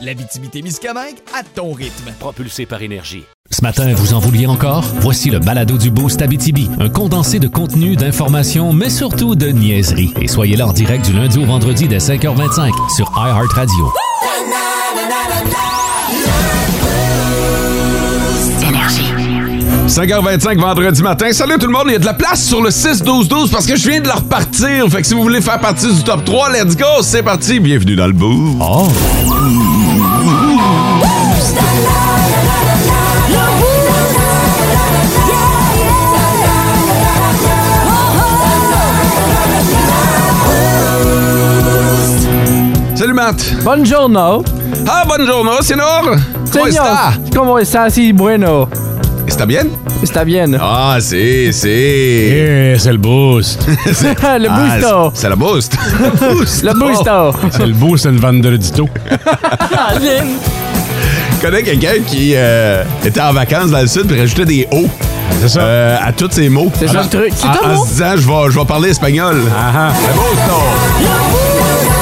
L'Abitibi-Témiscamingue à ton rythme. propulsé par énergie. Ce matin, vous en vouliez encore? Voici le balado du Boost Abitibi, un condensé de contenu, d'informations, mais surtout de niaiseries. Et soyez là en direct du lundi au vendredi dès 5h25 sur iHeartRadio. Énergie. 5h25 vendredi matin. Salut tout le monde, il y a de la place sur le 6-12-12 parce que je viens de leur partir. Fait que si vous voulez faire partie du top 3, let's go, c'est parti. Bienvenue dans le bout. Oh! Salut Matt. Buongiorno. Ah, buongiorno, signor. Comment está? Señor, ¿cómo está? Sí, bueno. Está bien? Está bien. Ah, si, si. Eh, c'est le boost. C'est- Le Ah, busto. c'est- C'est la boost. le boost. Oh. Le busto. C'est le boost, c'est une vendredito. Ah, Je connais quelqu'un qui euh, était en vacances dans le sud et rajoutait des hauts C'est ça. à tous ses mots. C'est ça le truc. C'est En, un en mot? se disant, je vais, je vais parler espagnol. Ah, ah. Le busto.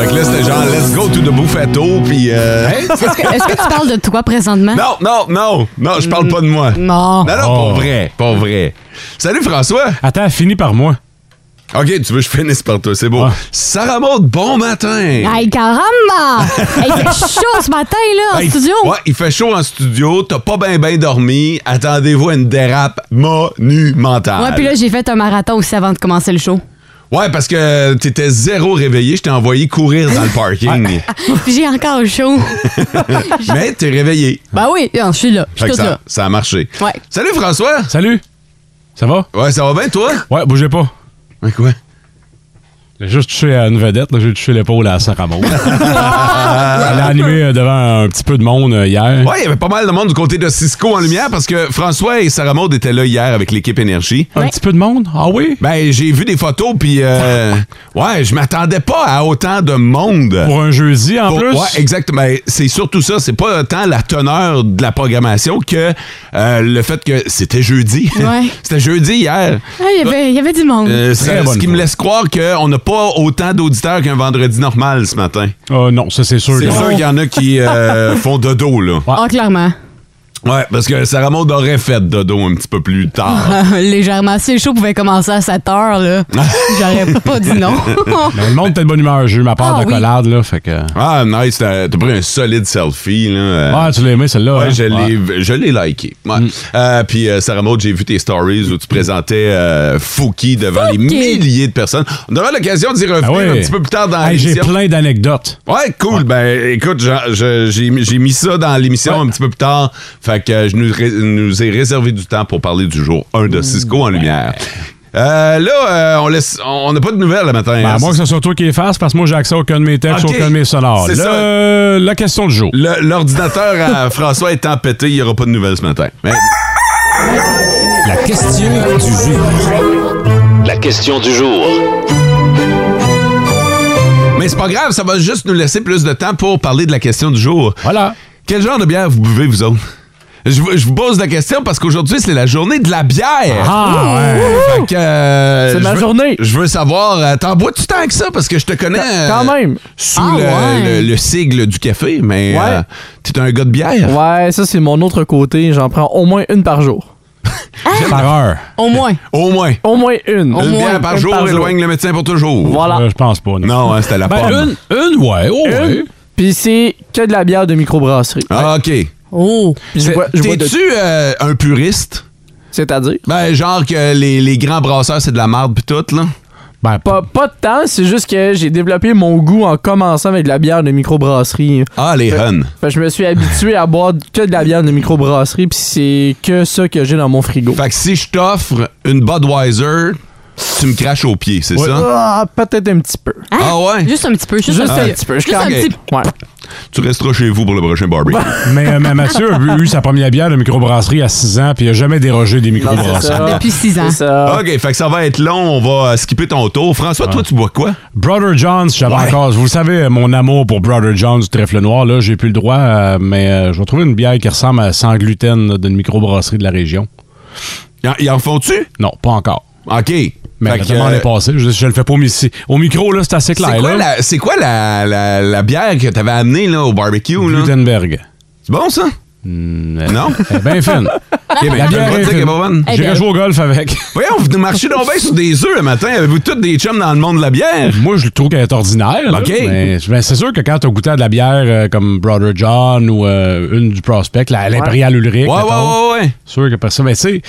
Fait que là, c'était genre, let's go to the buffetto, puis... euh, Est-ce que, est-ce que tu parles de toi présentement? Non, non, non, non, je parle pas de moi. Non, Hein? Mm, Non. non, Oh. pour vrai, pour vrai. Salut François. Attends, finis par moi. Ah. OK, tu veux que je finisse par toi, c'est beau. Ouais. Sarah Maud, bon matin. Hey, caramba! hey, c'est chaud ce matin, là, en Hey, studio. Ouais, il fait chaud en studio, t'as pas bien ben dormi, attendez-vous à une dérape monumentale. Ouais, puis là, j'ai fait un marathon aussi avant de commencer le show. Ouais, parce que t'étais zéro réveillé, je t'ai envoyé courir dans le parking. Puis j'ai encore chaud. Mais t'es réveillé. ben oui, non, je suis là. Je Fait suis que toute là. ça, ça a marché. Ouais. Salut François. Salut. Ça va? Ouais, ça va bien toi? Ouais, bougez pas. Ouais, quoi? J'ai juste touché à une vedette, là, j'ai touché l'épaule à Sarah Maud. Ah. Elle a animé euh, devant un petit peu de monde euh, hier. Ouais, il y avait pas mal de monde du côté de Cisco en lumière parce que François et Sarah Maud étaient là hier avec l'équipe Énergie. Un petit peu de monde? Ah oui? Ben, j'ai vu des photos, puis euh, ouais, je m'attendais pas à autant de monde. Pour un jeudi en Pour- plus? ouais, exactement. Mais C'est surtout ça, c'est pas tant la teneur de la programmation que euh, le fait que c'était jeudi. Ouais. c'était jeudi hier. Ah, Il y avait- il y avait du monde. Euh, ça- bonne ce qui me fois. laisse croire qu'on n'a pas autant d'auditeurs qu'un vendredi normal ce matin. Euh, non, ça c'est sûr. C'est que- sûr qu'il y en a qui euh, font dodo, là. Ah, clairement. Ouais, parce que Sarah Maud aurait fait dodo un petit peu plus tard. Légèrement. Si le show pouvait commencer à 7 heures, là, j'aurais pas dit non. Mais le monde était de bonne humeur, j'ai eu ma part Ah de oui. collade, là, fait que... Ah, nice. T'as t'as pris un solide selfie, là. Euh, Ah, tu l'as aimé celle-là? ouais, hein? je Ouais. Mm. l'ai- je l'ai liké. Ouais. Euh, puis, euh, Sarah Maud, j'ai vu tes stories où tu présentais euh, Fouki devant les milliers de personnes. On aura l'occasion d'y revenir Ah ouais. un petit peu plus tard dans Hey, J'ai l'émission. plein d'anecdotes. Ouais, cool. Ben, écoute, j'en- je- j'ai mis- j'ai mis ça dans l'émission Ouais. un petit peu plus tard. Fait que euh, je nous, ré- nous ai réservé du temps pour parler du jour 1 de Mmh, Cisco en lumière. Euh, là, euh, on laisse, on n'a pas de nouvelles le matin. Ben, hein, à moins que ce soit toi qui les fasses, parce que moi, j'ai accès à aucun de mes textes, Ok. aucun de mes sonores. C'est Le- La question du jour. Le- L'ordinateur à François étant pété, il n'y aura pas de nouvelles ce matin. Mais- La question du jour. La question du jour. Mais c'est pas grave, ça va juste nous laisser plus de temps pour parler de la question du jour. Voilà. Quel genre de bière vous buvez, vous autres? Je, vous- je vous pose la question parce qu'aujourd'hui, c'est la journée de la bière. Ah, ouais. Fait que, euh, C'est je ma veux- journée. Je veux savoir, euh, t'en bois-tu tant que ça? Parce que je te connais euh, Quand même. sous Ah, le, ouais. le- le sigle du café, mais Ouais. euh, t'es un gars de bière. Ouais, ça, c'est mon autre côté. J'en prends au moins une par jour. Par heure. Au moins. Au moins. Au moins une. une moins bière par jour éloigne le médecin pour toujours. Voilà. Euh, je pense pas. Non, Non, hein, c'était la Ben, pomme. une, une, ouais. Oh, ouais. Une. Puis c'est que de la bière de microbrasserie. Ah, OK. Oh. Puis je bois- je bois de- T'es-tu euh, un puriste? C'est-à-dire? Ben, genre que les, les grands brasseurs, c'est de la marde pis tout, là. Ben, Pas, pas. pas de temps, c'est juste que j'ai développé mon goût en commençant avec de la bière de microbrasserie. Ah, les Hun. Fait que je me suis habitué à boire que de la bière de microbrasserie, puis c'est que ça que j'ai dans mon frigo. Fait que si je t'offre une Budweiser, Tu me craches aux pieds, c'est Ouais. ça? Ah, peut-être un petit peu. Hein? Ah ouais? Juste un petit peu. Juste, Juste un, Ah, un peu. petit peu, je Juste un cague. petit peu. Ouais. Tu resteras chez vous pour le prochain barbecue. Mais, euh, mais Mathieu a eu sa première bière de microbrasserie à 6 ans, puis il n'a jamais dérogé des microbrasseries. Depuis six ans. C'est ça. OK, fait que ça va être long, on va euh, skipper ton tour. François, toi, tu bois quoi? Brother John's, j'avais Ouais. encore. Vous le savez, mon amour pour Brother John's du trèfle noir, là, j'ai plus le droit, euh, mais euh, je vais trouver une bière qui ressemble à sans gluten là, d'une microbrasserie de la région. Y en, y en font-tu? Non, pas encore. OK. Mais Fait la que, demande euh, Ben, est passée. Je, je le fais pas mais ici. Au micro, là, c'est assez c'est clair. quoi, là. la, c'est quoi la, la- la bière que t'avais amenée là, au barbecue? Là? Gutenberg. Hmm, C'est bon, ça? Non? Elle est bien fine. OK, mais La bière t'as le est droit de dire qu'elle est fine. pas bonne. Eh J'irai ben. jouer au golf avec. Voyons, vous marchez donc bien sur des œufs le matin. Avez-vous tous des chums dans le monde de la bière? Moi, je le trouve qu'elle est ordinaire. là. OK. Mais, mais c'est sûr que quand t'as goûté à de la bière euh, comme Brother John ou euh, une du Prospect, la- l'Impérial Ulrich, Ouais, ouais, mettons, ouais, ouais. sûr que personne. Mais tu sais,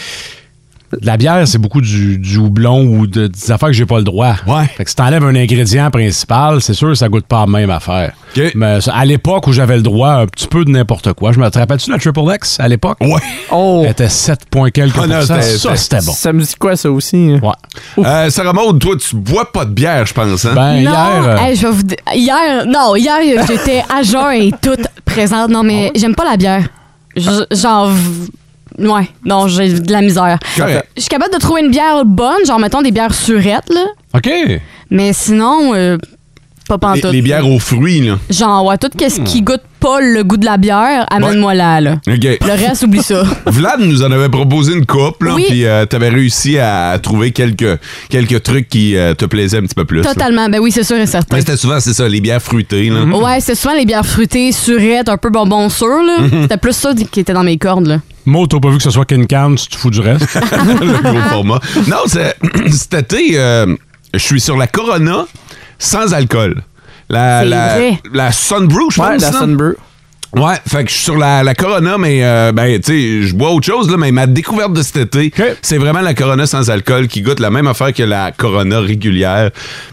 de la bière, c'est beaucoup du, du houblon ou de, des affaires que j'ai pas le droit. Ouais. Fait que si t'enlèves un ingrédient principal, c'est sûr que ça goûte pas la même affaire. OK. Mais ça- à l'époque où j'avais le droit à un petit peu de n'importe quoi, je me te rappelles-tu la Triple X à l'époque? Ouais. Oh, Elle était 7 points quelques Ah non, pourcents. c'était- Ça, c'était bon. ça me dit quoi, ça aussi? Ouais. Euh, Sarah Maud, toi, tu bois pas de bière, je pense. Hein? Ben, non, hier. euh, hey, je vais vous dire- hier, non, hier, j'étais à jeun et toute présente. Non, Ah mais j'aime pas la bière. Je- Genre, v- ouais, non, j'ai de la misère. Correct. Je suis capable de trouver une bière bonne, genre, mettons des bières surettes, là. OK. Mais sinon, euh, pas Les, pantoute. les bières Hmm. aux fruits, là. Genre, ouais, tout qu'est-ce qui goûte pas le goût de la bière, amène-moi là, là. OK. Le reste, oublie ça. Vlad nous en avait proposé une couple, là, Oui. puis euh, t'avais réussi à trouver quelques, quelques trucs qui euh, te plaisaient un petit peu plus. là. Totalement. Ben oui, c'est sûr et certain. Mais c'était souvent, c'est ça, les bières fruitées, là. Ouais, c'est souvent les bières fruitées, surettes, un peu bonbon sûr, là. Hmm. C'était plus ça qui était dans mes cordes, là. Moi, t'as pas vu que ce soit Ken Can, tu te fous du reste. le gros format. Non, c'est- cet été, euh, je suis sur la Corona sans alcool. La, C'est la, vrai. la Sunbrew, je pense. Ouais, la là. Sunbrew. Ouais, fait que je suis sur la, la Corona, mais euh, ben, tu sais, je bois autre chose, là, mais ma découverte de cet été, Ok. c'est vraiment la Corona sans alcool qui goûte la même affaire que la Corona régulière.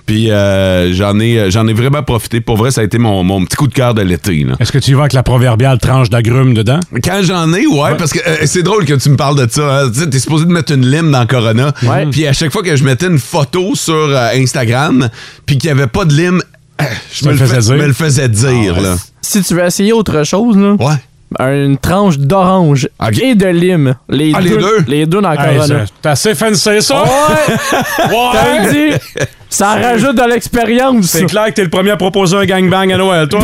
Puis euh, j'en ai, j'en ai vraiment profité. Pour vrai, ça a été mon, mon petit coup de cœur de l'été. là. Est-ce que tu y vas avec la proverbiale tranche d'agrumes dedans? Quand j'en ai, ouais, parce que euh, c'est drôle que tu me parles de ça. Hein. Tu sais, T'es supposé de mettre une lime dans Corona. Ouais. Puis à chaque fois que je mettais une photo sur euh, Instagram, puis qu'il n'y avait pas de lime, euh, je me le le, faisais fais- dire. Ah, me le faisais dire. là. Si tu veux essayer autre chose, là, Ouais. une tranche d'orange Ok. et de lime. Les, Ah, les deux, deux? Les deux dans la Hey, Corona. c'est- T'as assez fancy ça? T'as Ouais! dit, ça rajoute de l'expérience. C'est clair que t'es le premier à proposer un gangbang à Noël, toi.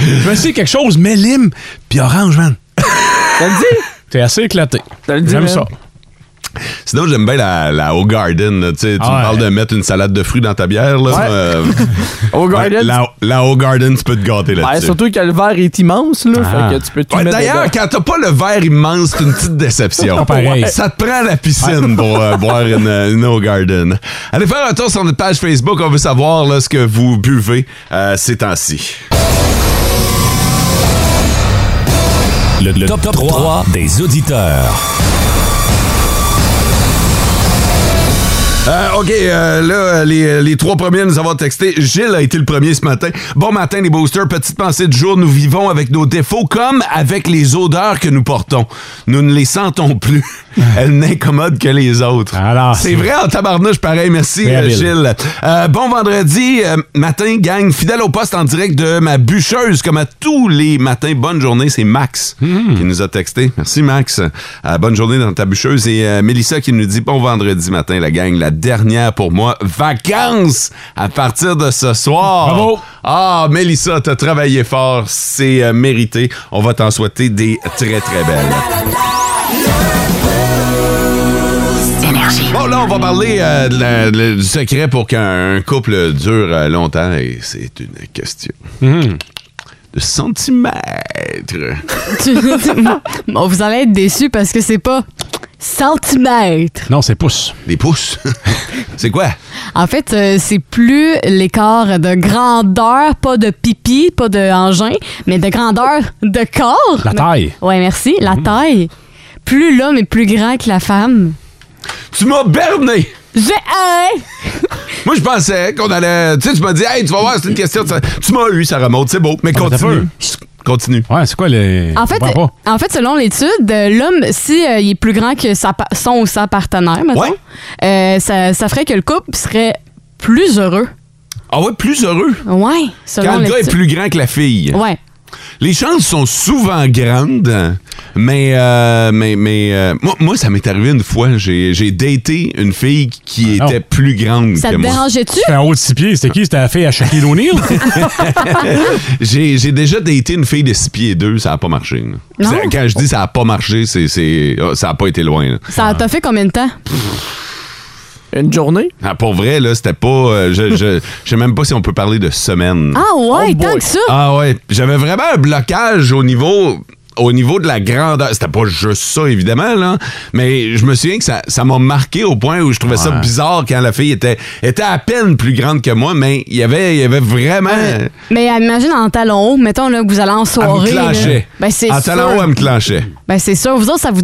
Je vais essayer quelque chose, mais lime puis orange, man. T'as le dit? T'es assez éclaté. T'as le dit, J'aime man. ça. Sinon, j'aime bien la, la Au Garden. là, Tu sais, tu Ah me parles ouais. de mettre une salade de fruits dans ta bière. Là, Ouais. euh, Au ouais, Garden. la, la Au Garden, tu peux te gâter ben, là-dessus. surtout que le verre est immense, là. Ah. Fait que tu peux tout Ouais, mettre D'ailleurs, dedans. quand t'as pas le verre immense, c'est une petite déception. Pas pareil. Ça te prend la piscine pour euh, boire une, euh, une No Garden. Allez faire un tour sur notre page Facebook. On veut savoir là, ce que vous buvez euh, ces temps-ci. Le, le top, 3 des auditeurs. Euh, OK, euh, là, les, les trois premiers à nous avoir texté. Gilles a été le premier ce matin. Bon matin, les boosters. Petite pensée du jour, nous vivons avec nos défauts comme avec les odeurs que nous portons. Nous ne les sentons plus. Elles n'incommodent que les autres. Alors, c'est c'est- vrai, en tabarnouche, pareil. Merci, Très euh, habile. Gilles. Euh, bon vendredi euh, matin, gang. Fidèle au poste en direct de ma bûcheuse, comme à tous les matins. Bonne journée, c'est Max Hmm. qui nous a texté. Merci, Max. Euh, bonne journée dans ta bûcheuse. Et euh, Mélissa qui nous dit bon vendredi matin, la gang. La dernière pour moi. Vacances à partir de ce soir. Bravo. Ah, Mélissa, t'as travaillé fort. C'est euh, mérité. On va t'en souhaiter des très, très belles. Bon, là, on va parler euh, de la- de la- du secret pour qu'un couple dure euh, longtemps. Et c'est une question Mhm. de centimètres. bon, vous allez être déçus parce que c'est pas centimètres. Non, c'est pouce. Des pouces. c'est quoi? En fait, euh, c'est plus l'écart de grandeur, pas de pipi, pas de engin, mais de grandeur de corps. La taille. Ouais, merci. La Mm. taille. Plus l'homme est plus grand que la femme. Tu m'as berné! J'ai un! Moi, je pensais qu'on allait. Tu sais, tu m'as dit, hey, tu vas voir, c'est une question. de ça. Tu m'as eu, ça remonte, c'est beau. Mais Ah, mais t'as continue. peur. Chut, Continue. Ouais, c'est quoi les. En fait, Je comprends pas. en fait, selon l'étude, euh, l'homme, si euh, il est plus grand que sa pa- son ou sa partenaire, mettons, Ouais. euh, ça, ça ferait que le couple serait plus heureux. Ah ouais, plus heureux. Ouais, selon Quand le gars est l'étude. plus grand que la fille. Ouais. Les chances sont souvent grandes, mais, euh, mais, mais euh, moi, moi, ça m'est arrivé une fois. J'ai j'ai daté une fille qui Ah non. était plus grande Ça que te moi. dérangeait-tu? C'était un haut de six pieds. C'était qui? C'était la fille à Shaquille O'Neal? J'ai j'ai déjà daté une fille de 6 pieds 2, ça n'a pas marché. là. Non? C'est- Quand je dis ça n'a pas marché, c'est c'est- ah, ça n'a pas été loin. là. Ah. Ça t'a fait combien de temps? Une journée? Ah, pour vrai, là, c'était pas. euh, je, je, je sais même pas si on peut parler de semaine. Ah ouais, Oh boy. tant que ça! Ah ouais, j'avais vraiment un blocage au niveau au niveau de la grandeur. C'était pas juste ça évidemment là, mais je me souviens que ça ça m'a marqué au point où je trouvais ça bizarre quand la fille était était à peine plus grande que moi, mais il y avait il y avait vraiment Mais imagine en talon haut, mettons là, que vous allez en elle me soirée. là. clenchait. Ben c'est en sûr. talent haut, elle me clenchait. Ben c'est sûr. Vous autres, ça vous.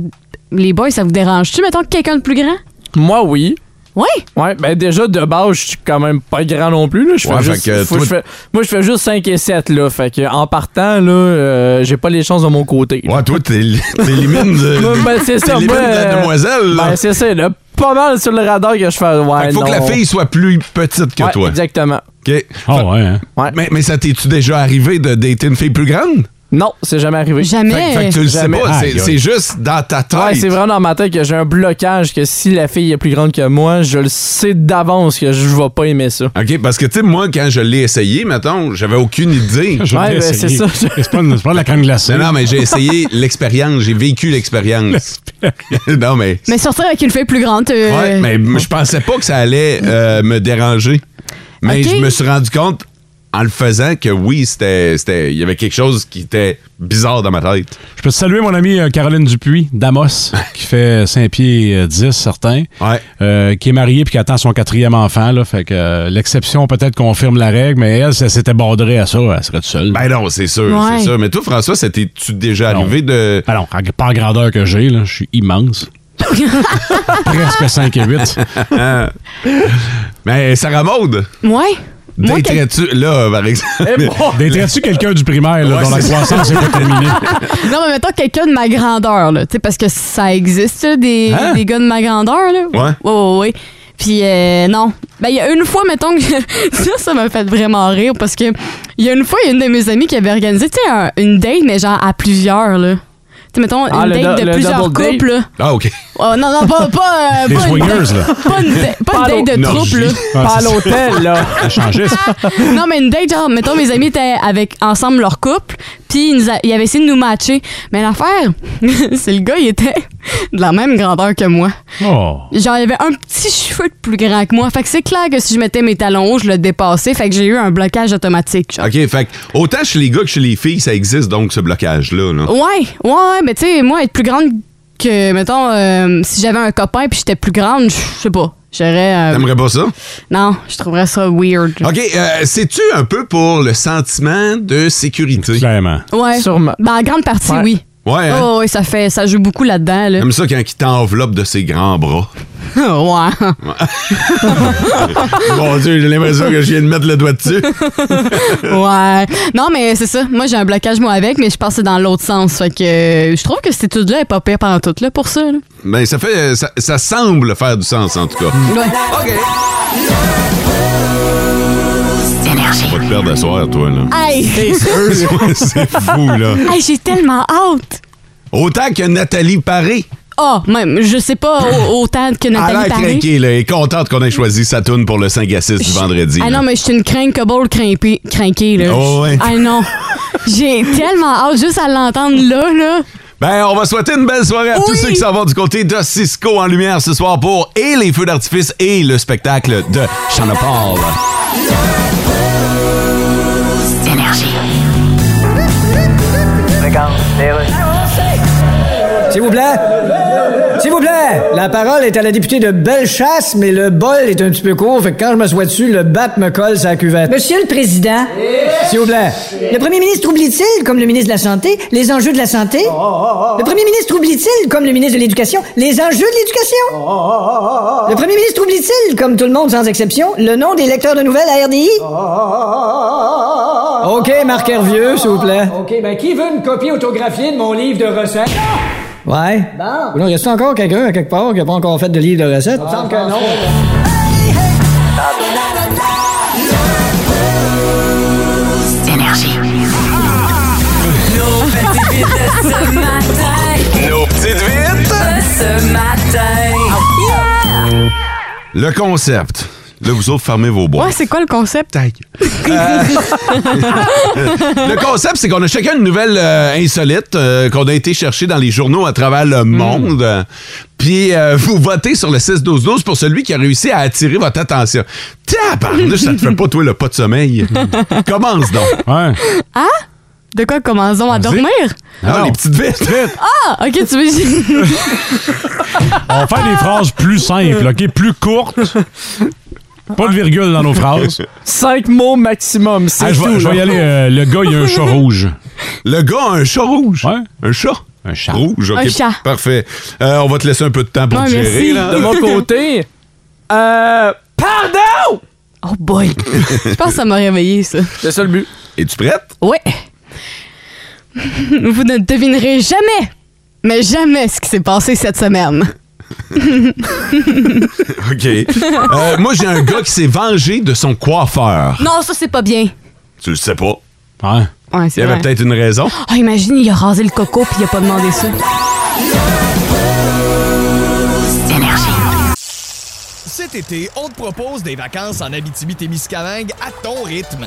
Les boys, ça vous dérange-tu, mettons, que quelqu'un de plus grand? Moi, oui. Ouais! Ouais, ben déjà, de base, je suis quand même pas grand non plus. Là. Je fais Ouais, juste, fait que faut toi- que je fais- moi, je fais juste 5 et 7. Là, fait que, en partant, là, euh, j'ai pas les chances de mon côté. là. Ouais, toi t'es t'élimines Moi, de ben, c'est ça. t'élimines de moi, la euh, demoiselle. là. ben, c'est ça. là, pas mal sur le radar que je fais. Ouais, Fait qu'il faut que la non. fille soit plus petite que Ouais, toi. Exactement. OK. Ah ouais, hein? Ouais. Mais, mais ça t'es-tu déjà arrivé de dater une fille plus grande? Non, c'est jamais arrivé. Jamais! Fait, que- fait que tu le sais Jamais. pas, Aïe, c'est aïe. c'est juste dans ta tête. Ouais, c'est vraiment dans ma tête que j'ai un blocage que si la fille est plus grande que moi, je le sais d'avance que je vais pas aimer ça. OK, parce que, tu sais, moi, quand je l'ai essayé, mettons, j'avais aucune idée. Je Ouais, voulais ben, essayer. c'est ça, je- C'est pas, une- c'est pas de la crème glacée. Non, non, mais j'ai essayé l'expérience, j'ai vécu l'expérience. non, mais. Mais sortir avec une fille plus grande, euh, Ouais, mais m- je pensais pas que ça allait euh, me déranger. Mais OK. je me suis rendu compte, en le faisant, que oui, c'était. c'était- Il y avait quelque chose qui était bizarre dans ma tête. Je peux saluer mon amie euh, Caroline Dupuis, d'Amos, qui fait 5 pieds euh, 10, certains. Ouais. Euh, qui est mariée puis qui attend son quatrième enfant. Là, fait que euh, l'exception peut-être confirme la règle, mais elle, si elle s'était borderée à ça, hein, elle serait toute seule. Ben non, c'est sûr, Ouais. c'est sûr. Mais toi, François, ça t'es-tu déjà Non. arrivé de. Ben non, en- pas en grandeur que j'ai, là, je suis immense. Presque 5 et 8. Hein? Mais Sarah Maud, Ouais. Moi, quel- daterais-tu. Là, par exemple. Eh, bon, Détrais-tu quelqu'un du primaire là, Ouais, dont la c'est croissance n'est pas terminée? Non, mais mettons quelqu'un de ma grandeur, là. Tu sais, parce que ça existe, là, des, Hein? des gars de ma grandeur, là. Ouais. Ouais, ouais, ouais. Puis, euh, non. Ben, il y a une fois, mettons que. ça, ça m'a fait vraiment rire parce que. Il y a une fois, il y a une de mes amies qui avait organisé, tu sais, un- une date, mais genre à plusieurs, là. Tu sais, mettons, Ah, une le date do- de le plusieurs double date. couples, là. Ah, OK. Oh, non, non, pas. pas, euh, Des pas une swingers, date- là. Pas une, da- pas une Pas date de l'eau- troupe, là. pas Ah, à c'est ça. l'hôtel, là. Ça a changé, ça. Non, mais une date, genre, mettons, mes amis étaient avec, ensemble leur couple, puis ils, nous a- ils avaient essayé de nous matcher. Mais l'affaire, c'est le gars, il était de la même grandeur que moi. Oh. Genre, il avait un petit cheveu de plus grand que moi. Fait que c'est clair que si je mettais mes talons hauts, je le dépassais. Fait que j'ai eu un blocage automatique. genre. OK, fait que autant chez les gars que chez les filles, ça existe donc ce blocage-là. là. Ouais, ouais, ouais, mais tu sais, moi, être plus grande que, mettons, euh, si j'avais un copain puis j'étais plus grande, je sais pas. J'aurais. euh, T'aimerais pas ça? non, je trouverais ça weird. OK, euh, c'est-tu un peu pour le sentiment de sécurité? Clairement. Ouais. Sûrement. Ben, en grande partie, Ouais. oui. Ouais, hein? Oh, oui, ça fait. Ça joue beaucoup là-dedans, là. J'aime ça quand il t'enveloppe de ses grands bras. Hum. ouais. Mon Dieu, j'ai l'impression que je viens de mettre le doigt dessus. Ouais. Non, mais c'est ça. Moi, j'ai un blocage, moi, avec, mais je pense que c'est dans l'autre sens. Fait que euh, je trouve que cette étude-là est pas pire pendant tout, là, pour ça. là. Ben, ça fait. euh, Ça, ça semble faire du sens, en tout cas. On va te perdre à soir, toi, là. Hey! C'est fou, là. Hey, j'ai tellement hâte! Autant que Nathalie Paré. Ah, même, je sais pas au- autant que Elle a Nathalie l'air Paré. craquée, là. Elle est contente qu'on ait choisi sa toune pour le 5 à 6 du Je- vendredi. Ah là. non, mais je suis une crankable crinquée, crinquée, là. Oh, ouais. Ah non. J'ai tellement hâte juste à l'entendre là, là. Ben, on va souhaiter une belle soirée à tous ceux qui s'en vont du côté de Cisco en lumière ce soir pour et les feux d'artifice et le spectacle de Sean Paul. S'il vous plaît. S'il vous plaît. La parole est à la députée de Bellechasse, mais le bol est un petit peu court, fait que quand je me sois dessus, le bat me colle sa cuvette. Monsieur le Président, S'il vous plaît. le Premier ministre oublie-t-il, comme le ministre de la Santé, les enjeux de la santé? Le Premier ministre oublie-t-il, comme le ministre de l'Éducation, les enjeux de l'éducation? Le Premier ministre oublie-t-il, comme tout le monde sans exception, le nom des lecteurs de nouvelles à RDI? OK, Marc Hervieux, s'il vous plaît. OK, ben qui veut une copie autographiée de mon livre de recettes? Ouais. Bon. Ou non, reste encore quelqu'un à quelque part qui n'a pas encore fait de livre de recettes? Il me semble que non. Nos petites vites! Ce matin. Le concept. Là, vous autres, fermez vos bois. Ouais, c'est quoi le concept? Euh, Euh. Le concept, c'est qu'on a chacun une nouvelle euh, insolite euh, qu'on a été chercher dans les journaux à travers le Mm. monde. Euh, Puis euh, vous votez sur le 6-12-12 pour celui qui a réussi à attirer votre attention. Tabarnouche, ça te fait pas, toi, le pas de sommeil. Commence donc. Ouais. Ah? De quoi commençons à dormir? Ah, les petites vites. Ah, ok, tu veux. On va faire des phrases plus simples, OK? Plus courtes. Pas de virgule dans nos phrases. Cinq mots maximum, c'est Ah, je, tout. vais, je vais y là. aller. euh, le gars, il a un chat rouge. Le gars a un chat rouge. Ouais. Un chat. Un chat. Rouge, ok. Un chat. Parfait. Euh, on va te laisser un peu de temps pour Ouais, te gérer. merci. là. De mon côté, euh, pardon! Oh boy! Je pense que ça m'a réveillé, ça. C'est ça le but. Es-tu prête? Ouais! Vous ne devinerez jamais, mais jamais ce qui s'est passé cette semaine. OK. Euh, moi, j'ai un gars qui s'est vengé de son coiffeur. Non, ça, c'est pas bien. Tu le sais pas. Ouais. Ouais, Il c'est y avait vrai. peut-être une raison. Oh, imagine, il a rasé le coco puis il a pas demandé ça. Cet été, on te propose des vacances en Abitibi-Témiscamingue à ton rythme.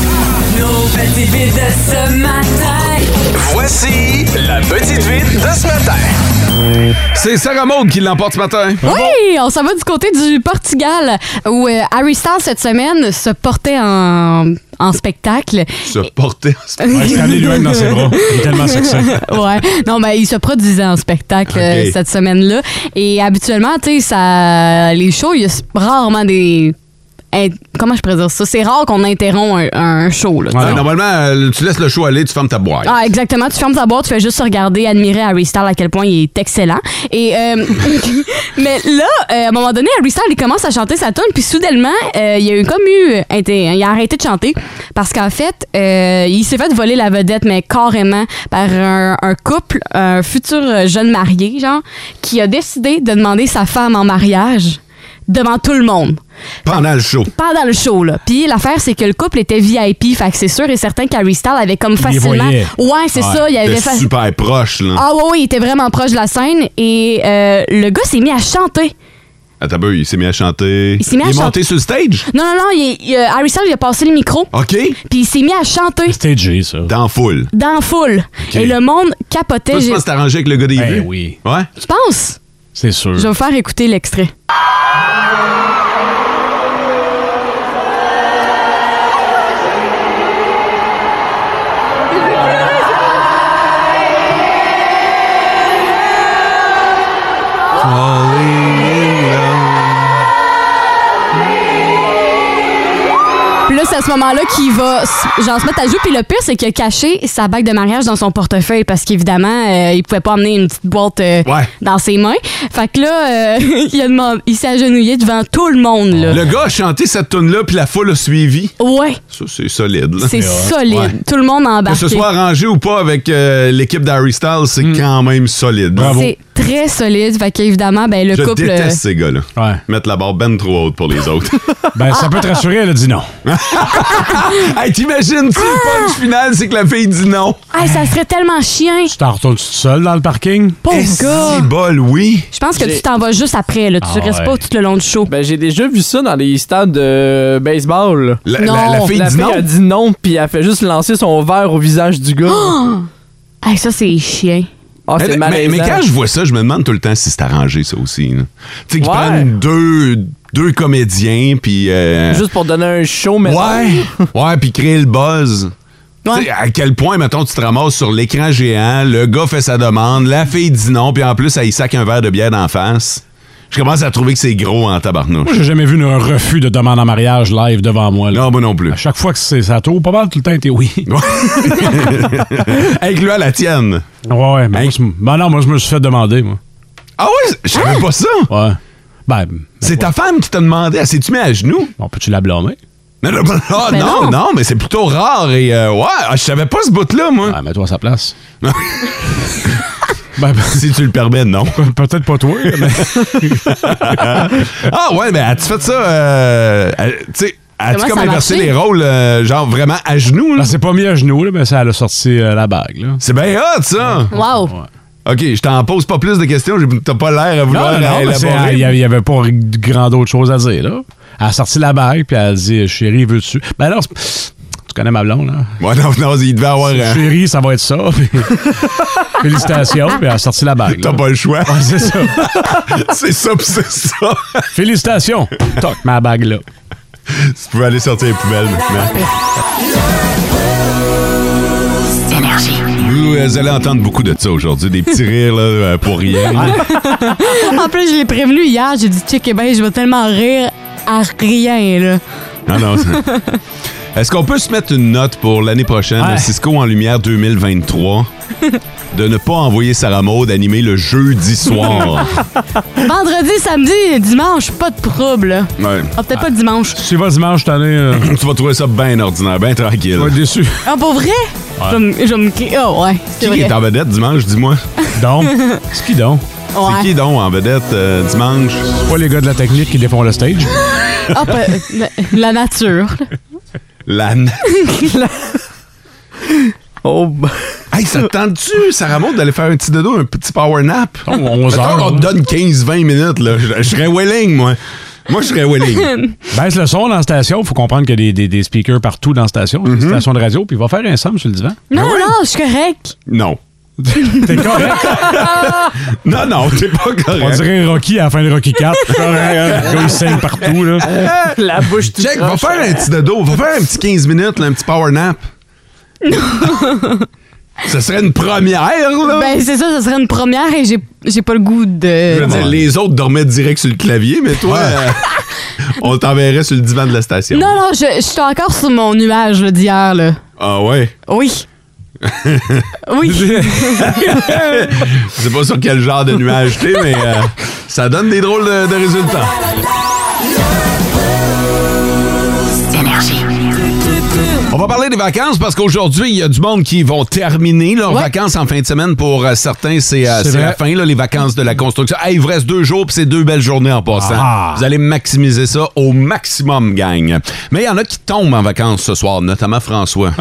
Nos petites vites de ce matin. Voici la petite vite de ce matin. C'est Sarah Maud qui l'emporte ce matin. Oui, on s'en va du côté du Portugal où euh, Harry Styles cette semaine se portait en, en spectacle. Se porter. Euh, Ouais, il s'est amené lui-même dans ses bras. Il est tellement sexy. ouais. Non, mais il se produisait en spectacle euh, Ok. cette semaine-là. Et habituellement, tu sais, ça, les shows, il y a s- rarement des. in- Comment je pourrais dire ça? C'est rare qu'on interrompt un, un show. Là, tu sais. Ouais, normalement, euh, tu laisses le show aller, tu fermes ta boîte. Ah, exactement. Tu fermes ta boîte, tu fais juste regarder, admirer Harry Styles à quel point il est excellent. Et euh, mais là, euh, à un moment donné, Harry Styles il commence à chanter sa tune, puis soudainement, euh, il a eu comme eu, euh, été- il a arrêté de chanter parce qu'en fait, euh, il s'est fait voler la vedette, mais carrément par un, un couple, un futur euh, jeune marié, genre, qui a décidé de demander sa femme en mariage devant tout le monde Pendant le show. pendant le show là. Puis l'affaire c'est que le couple était VIP, fait que c'est sûr et certain qu'Harry Styles avait comme les facilement voyait. Ouais, c'est Ouais, ça, il T'es avait fa- super proche, là. Ah ouais, ouais, il était vraiment proche de la scène et euh, le gars s'est mis à chanter. Ah. Attends, un peu, il s'est mis à chanter. Il s'est mis à est chanter. monté sur le stage. Non non non, il- il- euh, Harry Styles il a passé le micro, Ah. OK? puis il s'est mis à chanter Stagé, ça. Dans foule. dans la foule et le monde capotait. Toi, tu J'ai- penses que t'as arrangé avec le gars des Eh vues? oui. Ouais? Tu penses C'est sûr. Je vais vous faire écouter l'extrait. Puis là, c'est à ce moment-là qu'il va s- genre, se mettre à jouer. Puis le pire, c'est qu'il a caché sa bague de mariage dans son portefeuille parce qu'évidemment, euh, il pouvait pas emmener une petite boîte euh, Ouais. dans ses mains. Fait que là, euh, il, a demandé- il s'est agenouillé devant tout le monde. Là. Le gars a chanté cette tune-là, puis la foule a suivi. Ouais, Ça, c'est solide, Oh, là. c'est solide. Ouais. Tout le monde a Que embarqué. ce soit arrangé ou pas avec euh, l'équipe d'Harry Styles, c'est Hmm. quand même solide. C'est très solide. Fait qu'évidemment, ben, le Je couple. euh, déteste ces gars-là. Ouais. Mettre la barre ben trop haute pour les autres. Ben, ça peut te rassurer, elle a dit non. hey, t'imagines-tu le punch final, c'est que la fille dit non? Ah, ça serait tellement chien. Tu t'en retournes toute seule dans le parking? Pauvre Est-ce gars. que bol, oui. Je pense que J'ai- tu t'en vas juste après. Là. Tu Ah restes ouais. pas tout le long du show. Ben, j'ai déjà vu ça dans les stades de baseball. La, Non, la- la fille dit non. a dit non, puis elle fait juste lancer son verre au visage du gars. Ah, ça, c'est chien. Ah, Eh, c'est Oh! mais- mais, malaisant. mais quand je vois ça, je me demande tout le temps si c'est arrangé, ça aussi. là. Tu sais, qu'ils Ouais. prennent deux, deux comédiens, puis. euh, Juste pour donner un show, mais. ouais, ouais, puis créer le buzz. Tu sais, À quel point, mettons, tu te ramasses sur l'écran géant, le gars fait sa demande, la fille dit non, puis en plus, elle y sac un verre de bière d'en face. Je commence à trouver que c'est gros en tabarnouche. Moi, j'ai jamais vu une- un refus de demande en mariage live devant moi. Non, moi non plus. À chaque fois que c'est ça tourne, pas mal tout le temps, t'es oui. Avec lui à la tienne. Ouais, ouais. Mais moi, c'est- ben non, moi, je me suis fait demander, moi. Ah ouais? Je savais pas ça. Ouais. Ben, c'est ta femme qui t'a demandé. Elle s'est-tu mis à genoux? On peut-tu la blâmer? Non, non, ah, Ben non, non. non, mais c'est plutôt rare. Et euh, ouais, ah, je savais pas ce bout-là, moi. Ah, mets-toi à sa place. si tu le permets, non. Ben, Peut-être pas toi, ah ouais, mais as-tu fait ça? euh, euh, tu sais, as-tu Comment comme ça a inversé marché? les rôles, euh, genre vraiment à genoux? là? Elle s'est Ben, pas mis à genoux, là, mais ça, elle a sorti euh, la bague, là. C'est bien hot, ça! Wow! OK, je t'en pose pas plus de questions. j'ai- T'as pas l'air à vouloir Non, non, euh, non, mais c'est- élaborer. il y avait- il y avait pas grand autre chose à dire, là. Elle a sorti la bague, puis elle a dit, chérie, veux-tu? Ben alors, c'est- tu connais ma blonde, là. Ouais, non, non, il devait avoir. euh, Chérie, ça va être ça. puis Félicitations, puis elle a sorti la bague. T'as pas le choix. c'est ça. c'est ça, puis c'est ça. Félicitations. Toc, ma bague, là. Tu pouvais aller sortir les poubelles maintenant. Vous, euh, vous allez entendre beaucoup de ça aujourd'hui, des petits rires là, euh, pour rien. Ah. en plus, je l'ai prévenu hier, j'ai dit check, eh ben, je vais tellement rire à rien, là. Non, non. c'est- Est-ce qu'on peut se mettre une note pour l'année prochaine, Ouais. le Cisco en lumière 2023, de ne pas envoyer Sarah Maud animer le jeudi soir? Vendredi, samedi, dimanche, pas de trouble. Ouais. Ah, peut-être pas dimanche. Si tu vas dimanche, t'en tu vas trouver ça bien ordinaire, bien tranquille. Tu vas être déçu. Ah, pour vrai? Je vais me- Je vais me. cli- Oh, ouais, c'est Qui vrai. est en vedette dimanche, dis-moi? Donc, c'est qui donc? Ouais. C'est qui donc en vedette euh, dimanche? C'est pas les gars de la technique qui défont le stage. Ah, pas- la- la nature. La Oh, Hey, ça te tente-tu, Sarah Maud, d'aller faire un petit dodo, un petit power nap? Oh, 11 Mettons heures, qu'on là. te donne 15-20 minutes, là. Je, je serais willing, moi. Moi, je serais willing. Baisse le son dans la station. faut comprendre qu'il y a des, des- des speakers partout dans la station, Mm-hmm. des stations de radio, puis il va faire un somme sur le divan. Non, Ah non, je suis correct. Non. T'es correct? Non, non, t'es pas correct. On dirait Rocky à la fin de Rocky 4. il saigne partout, là. La bouche Jack, va faire un petit dodo. Va faire un petit 15 minutes, là, un petit power nap. Ce serait une première, là. Ben, c'est ça, ça serait une première et j'ai j'ai pas le goût de. Je veux dire, les autres dormaient direct sur le clavier, mais toi, euh, on t'enverrait sur le divan de la station. Non, non, je, je suis encore sur mon nuage là, d'hier, là. Ah ouais? Oui. Oui. Je sais pas sur quel genre de nuage t'es, mais euh, ça donne des drôles de, de résultats. On va parler des vacances parce qu'aujourd'hui, il y a du monde qui vont terminer leurs vacances en fin de semaine. Pour euh, certains, c'est euh, C'est c'est la vrai. fin, là, les vacances de la construction. Hey, il vous reste deux jours, puis c'est deux belles journées en passant. Ah. Vous allez maximiser ça au maximum, gang. Mais il y en a qui tombent en vacances ce soir, notamment François.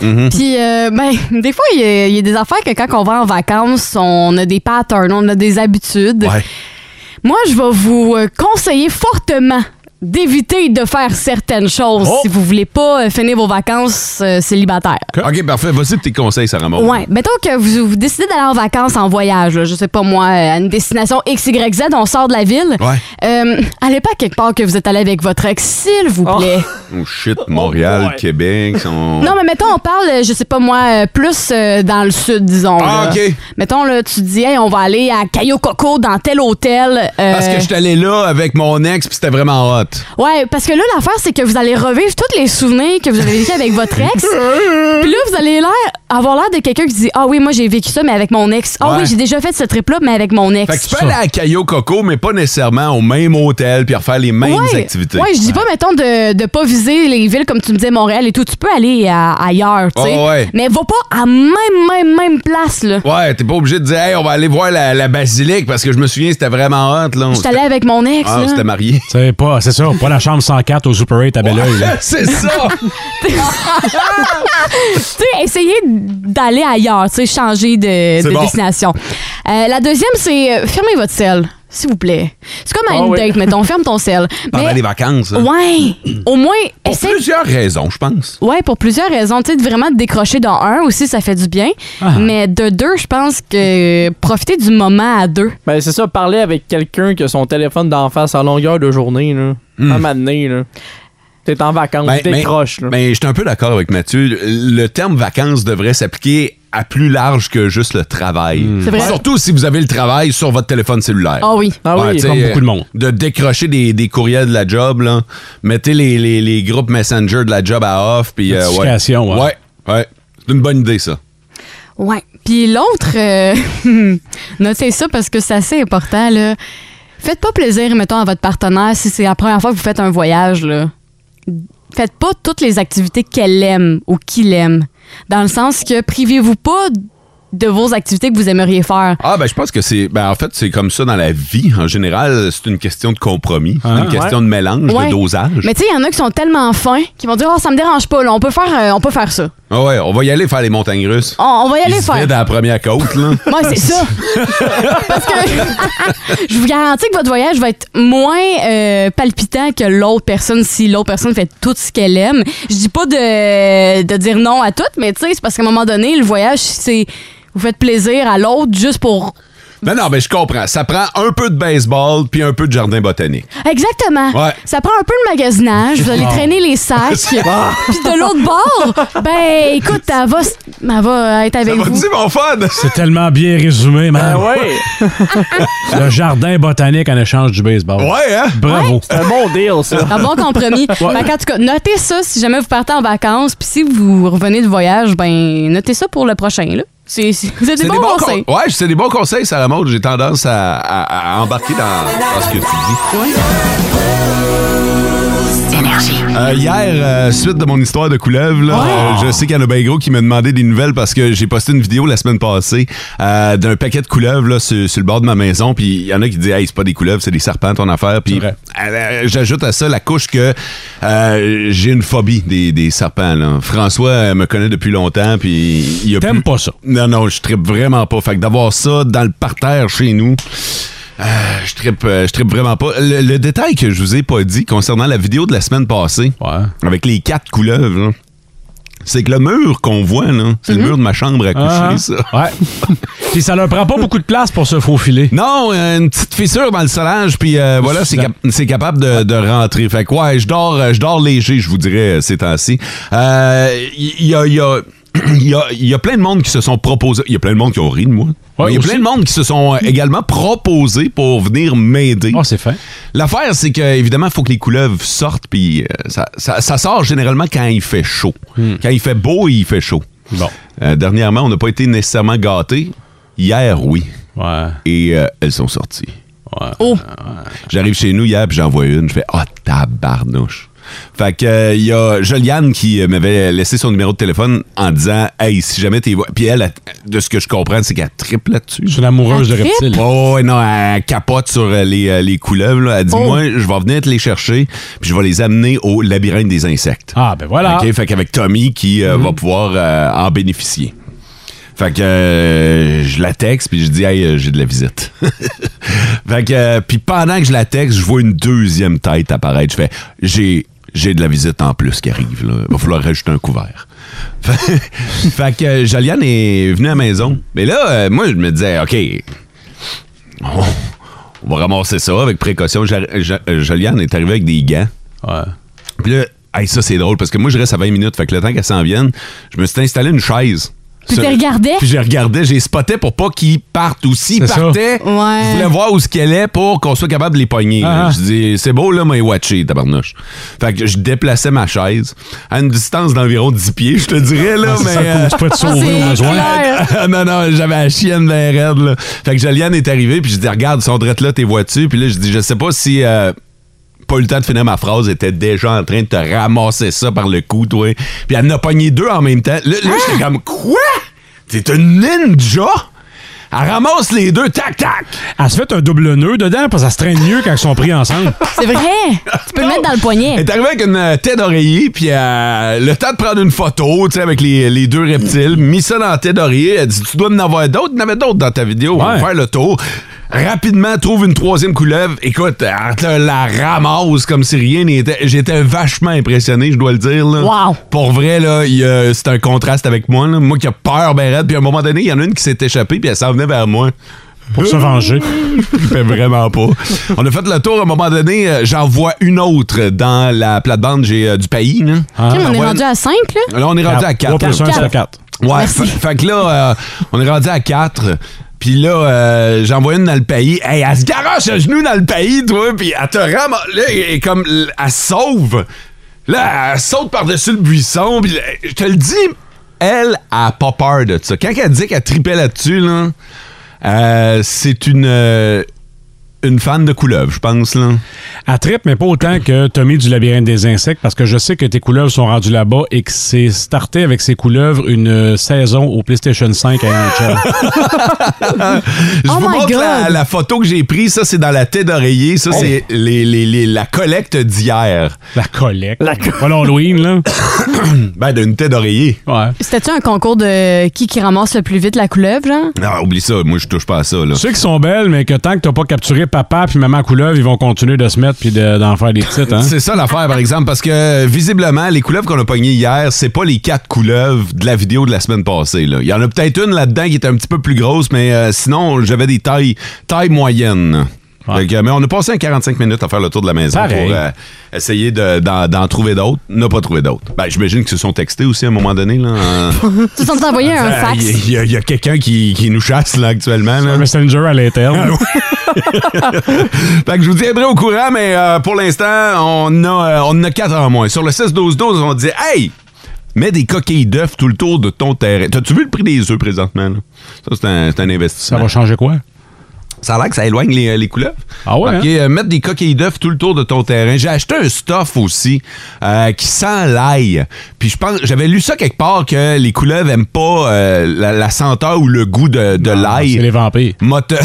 Mhm. Puis, euh, ben, des fois, il y, a- il y a des affaires que quand on va en vacances, on a des patterns, on a des habitudes. Ouais. Moi, je vais vous euh, conseiller fortement d'éviter de faire certaines choses Oh. si vous voulez pas euh, finir vos vacances euh, célibataires. OK, parfait. Voici tes conseils, Sarah Maud. Ouais. Mettons que vous, vous décidez d'aller en vacances, en voyage, là, je sais pas moi, euh, à une destination XYZ, on sort de la ville. Ouais. Euh, allez pas quelque part que vous êtes allé avec votre ex, s'il vous plaît. Oh shit, Montréal, Québec, sont... Non, mais mettons, on parle, euh, je sais pas moi, euh, plus euh, dans le sud, disons. là. Ah, ok. Mettons, là, tu te dis, hey, on va aller à Cayo Coco dans tel hôtel. euh, Parce que je suis allé là avec mon ex, puis c'était vraiment hot. Ouais, parce que là, l'affaire, c'est que vous allez revivre tous les souvenirs que vous avez vécu avec votre ex. Puis là, vous allez l'air, avoir l'air de quelqu'un qui dit Ah oui, moi, j'ai vécu ça, mais avec mon ex. Ah Ouais. oui, j'ai déjà fait ce trip-là, mais avec mon ex. Fait que tu peux aller à Cayo Coco, mais pas nécessairement au même hôtel, puis refaire les mêmes ouais. activités. Ouais, je dis pas, mettons, de, de pas viser les villes comme tu me disais, Montréal et tout. Tu peux aller à- ailleurs, tu sais. Ah ouais. Mais va pas à même, même, même place, là. Ouais, t'es pas obligé de dire, hey, on va aller voir la, la basilique, parce que je me souviens, c'était vraiment hot, là. On Je suis allée avec mon ex. Ah, on là. s'était mariés. C'est pas, c'est ça, pas la chambre 104 au Super 8 à Belleuil. là. c'est ça! tu sais, essayer d'aller ailleurs, tu sais, changer de, C'est de bon. destination. Euh, la deuxième, c'est euh, fermez votre sel, s'il vous plaît. C'est comme à Ah une oui. date, mettons, ferme ton sel. Pendant Mais- les vacances. hein. Ouais, au moins, Pour essaye. plusieurs raisons, je pense. Ouais, pour plusieurs raisons. Tu sais, de vraiment te décrocher dans un aussi, ça fait du bien. Ah. Mais de deux, je pense que profiter du moment à deux. Ben, c'est ça, parler avec quelqu'un qui a son téléphone d'en face à longueur de journée, là. À m'amener, là. T'es en Hmm. vacances, Ben, ben, décroche. là. ben, je suis un peu d'accord avec Mathieu. Le terme vacances devrait s'appliquer à plus large que juste le travail. C'est vrai. Surtout si vous avez le travail sur votre téléphone cellulaire. Ah oui. Ah oui, Ben, tu sais, euh, comme beaucoup de monde. De décrocher des, des courriels de la job, là. mettez les, les- les groupes Messenger de la job à off. puis euh, ouais. Notification, ouais. ouais. ouais. C'est une bonne idée, ça. Ouais. Puis l'autre, euh, notez ça parce que c'est assez important. Là. Faites pas plaisir, mettons, à votre partenaire si c'est la première fois que vous faites un voyage. Là. Faites pas toutes les activités qu'elle aime ou qu'il aime. Dans le sens que privez-vous pas de vos activités que vous aimeriez faire. Ah, ben, je pense que c'est. Ben, en fait, c'est comme ça dans la vie. En général, c'est une question de compromis. Ah. C'est une question de mélange, Ouais. de dosage. Mais tu sais, il y en a qui sont tellement fins qu'ils vont dire Oh, ça me dérange pas, là, on peut faire, euh, on peut faire ça. Ah ouais, on va y aller faire les montagnes russes. On, on va y aller Ils se faire. mettent dans la première côte, là. Ouais, c'est ça. Parce que je vous garantis que votre voyage va être moins euh, palpitant que l'autre personne si l'autre personne fait tout ce qu'elle aime. Je dis pas de, de dire non à tout, mais tu sais, c'est parce qu'à un moment donné, le voyage, c'est vous faites plaisir à l'autre juste pour. Non, non, mais je comprends. Ça prend un peu de baseball puis un peu de jardin botanique. Exactement. Ouais. Ça prend un peu le magasinage. Vous allez Ah. traîner les sacs. Puis Ah. de l'autre bord, ben écoute, elle va, s- elle va être avec vous. mon fun! C'est tellement bien résumé, Ah man. Le jardin botanique en échange du baseball. Ouais, hein? Bravo. C'est un bon deal, ça. Un bon compromis. Fait qu'en tout cas, notez ça si jamais vous partez en vacances. Puis si vous revenez de voyage, ben notez ça pour le prochain. là. C'est c'est- c'est des bons conseils. con- Ouais, c'est des bons conseils, Sarah Maud. J'ai tendance à, à- à embarquer dans, dans ce que tu dis. Euh, hier, euh, suite de mon histoire de couleuvre, là, euh, je sais qu'il y en a bien gros qui me demandaient des nouvelles parce que j'ai posté une vidéo la semaine passée euh, d'un paquet de couleuvres là, sur, sur le bord de ma maison. Puis il y en a qui disaient Hey, c'est pas des couleuvres, c'est des serpents ton affaire. Puis euh, j'ajoute à ça la couche que euh, j'ai une phobie des, des serpents. là. François euh, me connaît depuis longtemps. Puis il a T'aimes pas ça? Non, non, je tripe vraiment pas. Fait que d'avoir ça dans le parterre chez nous. Euh, je trippe, euh, je trippe vraiment pas. Le, le détail que je vous ai pas dit concernant la vidéo de la semaine passée, avec les quatre couleuvres, là, c'est que le mur qu'on voit, là, c'est le mur de ma chambre à coucher, Ah, ça. Ouais. Puis ça leur prend pas beaucoup de place pour se faufiler. Non, euh, une petite fissure dans le solage, puis euh, voilà, c'est cap- c'est capable de, de rentrer. Fait que ouais, je dors, euh, je dors léger, je vous dirais, euh, ces temps-ci. Euh, Il y a... il y a- il y, a, il y a plein de monde qui se sont proposés. Il y a plein de monde qui ont ri de moi. Mais il y a plein de monde qui se sont euh, également proposés pour venir m'aider. Oh, Ah, c'est fin. L'affaire, c'est que évidemment, il faut que les couleuvres sortent, puis euh, ça, ça- ça sort généralement quand il fait chaud. Hmm. Quand il fait beau, il fait chaud. Bon. Euh, dernièrement, on n'a pas été nécessairement gâtés. Hier, oui. Et euh, elles sont sorties. Oh. J'arrive chez nous hier, puis j'en vois une. Je fais Ah, tabarnouche. Fait que, euh, il y a Joliane qui euh, m'avait laissé son numéro de téléphone en disant Hey, si jamais t'es. vo- Puis elle, elle, de ce que je comprends, c'est qu'elle triple là-dessus. C'est une amoureuse Elle de triple? reptiles. Oh, ouais, non, elle capote sur euh, les, euh, les couleuvres. là. Elle dit Oh. Moi, je vais venir te les chercher, puis je vais les amener au labyrinthe des insectes. Ah, ben voilà. OK, fait qu'avec Tommy qui euh, va pouvoir euh, en bénéficier. Fait que euh, je la texte puis je dis hey, euh, j'ai de la visite. fait que euh, puis pendant que je la texte, je vois une deuxième tête apparaître. Je fais j'ai j'ai de la visite en plus qui arrive là. Va falloir rajouter un couvert. Fait, fait que euh, Joliane est venue à la maison. Mais là euh, moi je me disais OK. On, on va ramasser ça avec précaution. Ja- Ja- euh, Joliane est arrivée avec des gants. Puis là, hey, ça c'est drôle parce que moi je reste à 20 minutes. Fait que le temps qu'elle s'en vienne, je me suis installé une chaise. Puis Sur- tu regardais? Puis je regardais, j'ai spoté pour pas qu'ils partent ou s'ils C'est ça. partaient. Je voulais voir où ce qu'elle est pour qu'on soit capable de les pogner. là. Ah. Je dis, c'est beau là, mais watché, tabarnouche. Fait que je déplaçais ma chaise à une distance d'environ 10 pieds, je te dirais Ah, là, c'est mais. ça, comme tu peux te Ah, sauver c'est au besoin. clair. Ah, non, non, j'avais la chienne bien raide, là. Fait que Joliane est arrivée, puis je dis, regarde, ils sont drettes là, tes vois-tu? Puis là, je dis, je sais pas si. euh, pas eu le temps de finir ma phrase, était déjà en train de te ramasser ça par le cou, toi. Puis elle en a pogné deux en même temps. Là, là, j'étais comme, quoi? T'es une ninja? Elle ramasse les deux, tac, tac! Elle se fait un double nœud dedans parce que ça se traîne mieux quand ils sont pris ensemble. C'est vrai! tu peux le mettre dans le poignet. Elle est arrivée avec une euh, tête d'oreiller, puis euh, le temps de prendre une photo, tu sais, avec les, les deux reptiles, mis ça dans la tête d'oreiller, elle dit Tu dois en avoir d'autres, il y en avait d'autres dans ta vidéo, on va faire le tour. Rapidement, trouve une troisième couleuvre. Écoute, elle te la ramasse comme si rien n'était. J'étais vachement impressionné, je dois le dire. Là. Wow. Pour vrai, là, il y a- c'est un contraste avec moi. là. Moi qui ai peur, ben raide, puis à un moment donné, il y en a une qui s'est échappée, puis elle s'en venait vers moi. Pour se venger. Mais vraiment pas. On a fait le tour à un moment donné. euh, J'en vois une autre dans la plate-bande j'ai, euh, du pays. Là. Ok, mais J'en on est vois rendu une- à 5, là? Là, on est rendu à 4. Trois plus un, c'est Ah, quatre. Ouais, fa- fait que là, euh, on est rendu à 4. Puis là, euh, j'en vois une dans le pays. Hey, elle se garoche à genoux dans le pays, toi, puis elle te ramasse. Là, elle est comme. Elle se sauve. Là, elle saute par-dessus le buisson. Puis là, je te le dis, elle a pas peur de ça. Quand elle dit qu'elle tripait là-dessus, là, euh, c'est une. euh, une fan de couleuvre, je pense, là. À trip, mais pas autant que Tommy du labyrinthe des insectes, parce que je sais que tes couleuvres sont rendues là-bas et que c'est starté avec ses couleuvres une euh, saison au PlayStation 5 à NHL. Je Oh vous my montre la, God! la photo que j'ai prise. Ça, c'est dans la tête d'oreiller. Ça, c'est les- les- les- la collecte d'hier. La collecte. La Pas l'Halloween, là. Ben, d'une tête d'oreiller. Ouais. C'était-tu un concours de qui qui ramasse le plus vite la couleuvre, genre? Non, Ah, oublie ça. Moi, je touche pas à ça, là. Ceux qui sont belles, mais que tant que t'as pas capturé papa puis maman couleuvre, ils vont continuer de se mettre puis de- d'en faire des petites, hein? C'est ça l'affaire, par exemple, parce que euh, visiblement, les couleuvres qu'on a pognées hier, c'est pas les quatre couleuvres de la vidéo de la semaine passée. là. Il y en a peut-être une là-dedans qui est un petit peu plus grosse, mais euh, sinon, j'avais des tailles, tailles moyennes. Fait que, mais on a passé un 45 minutes à faire le tour de la maison Pareil. pour euh, essayer de- d'en d'en trouver d'autres. N'a pas trouvé d'autres. Ben, J'imagine qu'ils se sont textés aussi à un moment donné. là. Euh, Tu t'en envoyé un fax? Il y a- il y a, quelqu'un qui, qui nous chasse là, actuellement. là. Ah Un messenger à l'interne. Fait que je vous tiendrai au courant, mais euh, pour l'instant, on a, euh, on en a quatre en moins. Sur le 6-12-12, on dit Hey! Mets des coquilles d'œufs tout le tour de ton terrain. T'as-tu vu le prix des œufs présentement? là? Ça, c'est un, c'est un Ça investissement. va changer quoi? Ça a l'air que ça éloigne les, les couleuvres. Ah ouais, Marqué, euh, mettre des coquilles d'œufs tout le tour de ton terrain. J'ai acheté un stuff aussi euh, qui sent l'ail. Puis je pense, j'avais lu ça quelque part que les couleuvres aiment pas euh, la, la senteur ou le goût de, de l'ail. C'est les vampires. Moteur.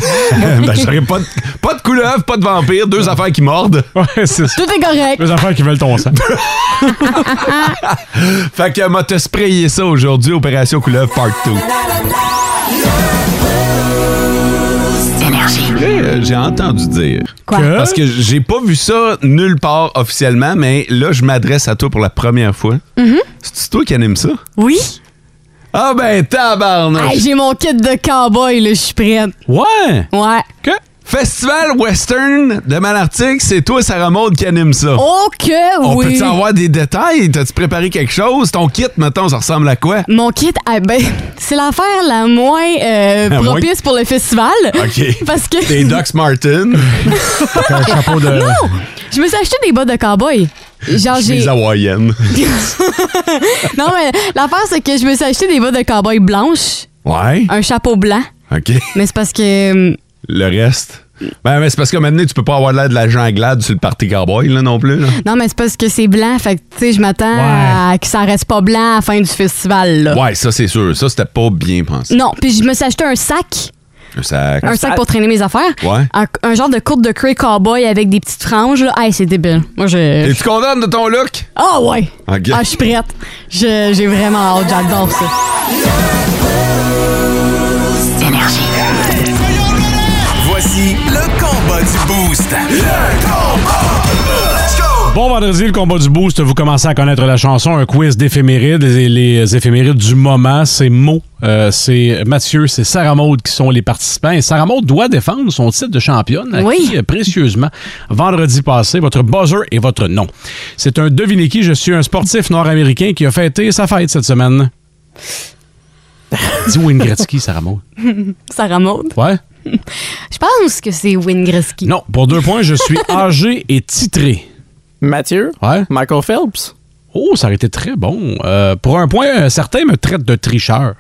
ben, j'aurais pas de, pas de couleuvre, pas de vampire, deux affaires qui mordent. Ouais, c'est ça. Tout est correct. Les affaires qui veulent ton sang. euh, Fait que m'a te sprayé ça aujourd'hui, Opération Couleuvre Part 2. Euh, J'ai entendu dire. Quoi? Que- Parce que j'ai pas vu ça nulle part officiellement, mais là, je m'adresse à toi pour la première fois. Mm-hmm. C'est toi qui anime ça? Oui? Ah ben, tabarnak! Hey, j'ai mon kit de cowboy, là, je suis prête. Ouais! Ouais. Festival Western de Malartic, c'est toi, Sarah Maud, qui anime ça. Oh que On oui! peut-tu avoir des détails? T'as-tu préparé quelque chose? Ton kit, mettons, ça ressemble à quoi? Mon kit, ah ben, c'est l'affaire la moins euh, La moins- propice pour le festival. OK. Parce que Des Docs Martin, Avec un chapeau de. je me suis acheté des bas de cowboy. Genre, j'ai. des hawaïennes. Non, mais l'affaire, c'est que je me suis acheté des bas de cowboy blanches, Ouais. un chapeau blanc. OK. Mais c'est parce que. hum, Le reste. Ben, mais c'est parce que maintenant, tu peux pas avoir l'air de la janglade sur le party cowboy, là, non plus. là. Non, mais c'est parce que c'est blanc. Fait que, tu sais, je m'attends Ouais. à que ça reste pas blanc à la fin du festival, là. Ouais, ça, c'est sûr. Ça, c'était pas bien pensé. Non, puis je me suis acheté un sac. Un sac. Un sac pour traîner mes affaires. Ouais. Un, un genre de courte de cray cowboy avec des petites franges. Là. Hey, c'est débile. Moi, je. Es-tu contente de ton look? Ah, ouais. Ok. Ah, je suis prête. Je- J'ai vraiment hâte. J'adore ça. Voici le combat du Boost. Bon vendredi, le combat du boost. Vous commencez à connaître la chanson, un quiz d'éphémérides. Les, les éphémérides du moment, c'est Mo, euh, c'est Mathieu, c'est Sarah Maud qui sont les participants. Et Sarah Maud doit défendre son titre de championne, Oui. acquis, euh, précieusement vendredi passé, votre buzzer et votre nom. C'est un devinez qui, je suis un sportif nord-américain qui a fêté sa fête cette semaine. Dis Wayne Gretzky, Sarah Maud. Sarah Maud. Ouais? Je pense que c'est Win Gretzky. Non, pour deux points, je suis âgé et titré. Mathieu? Ouais? Michael Phelps? Oh, ça aurait été très bon. Euh, pour un point, euh, certains me traitent de tricheur.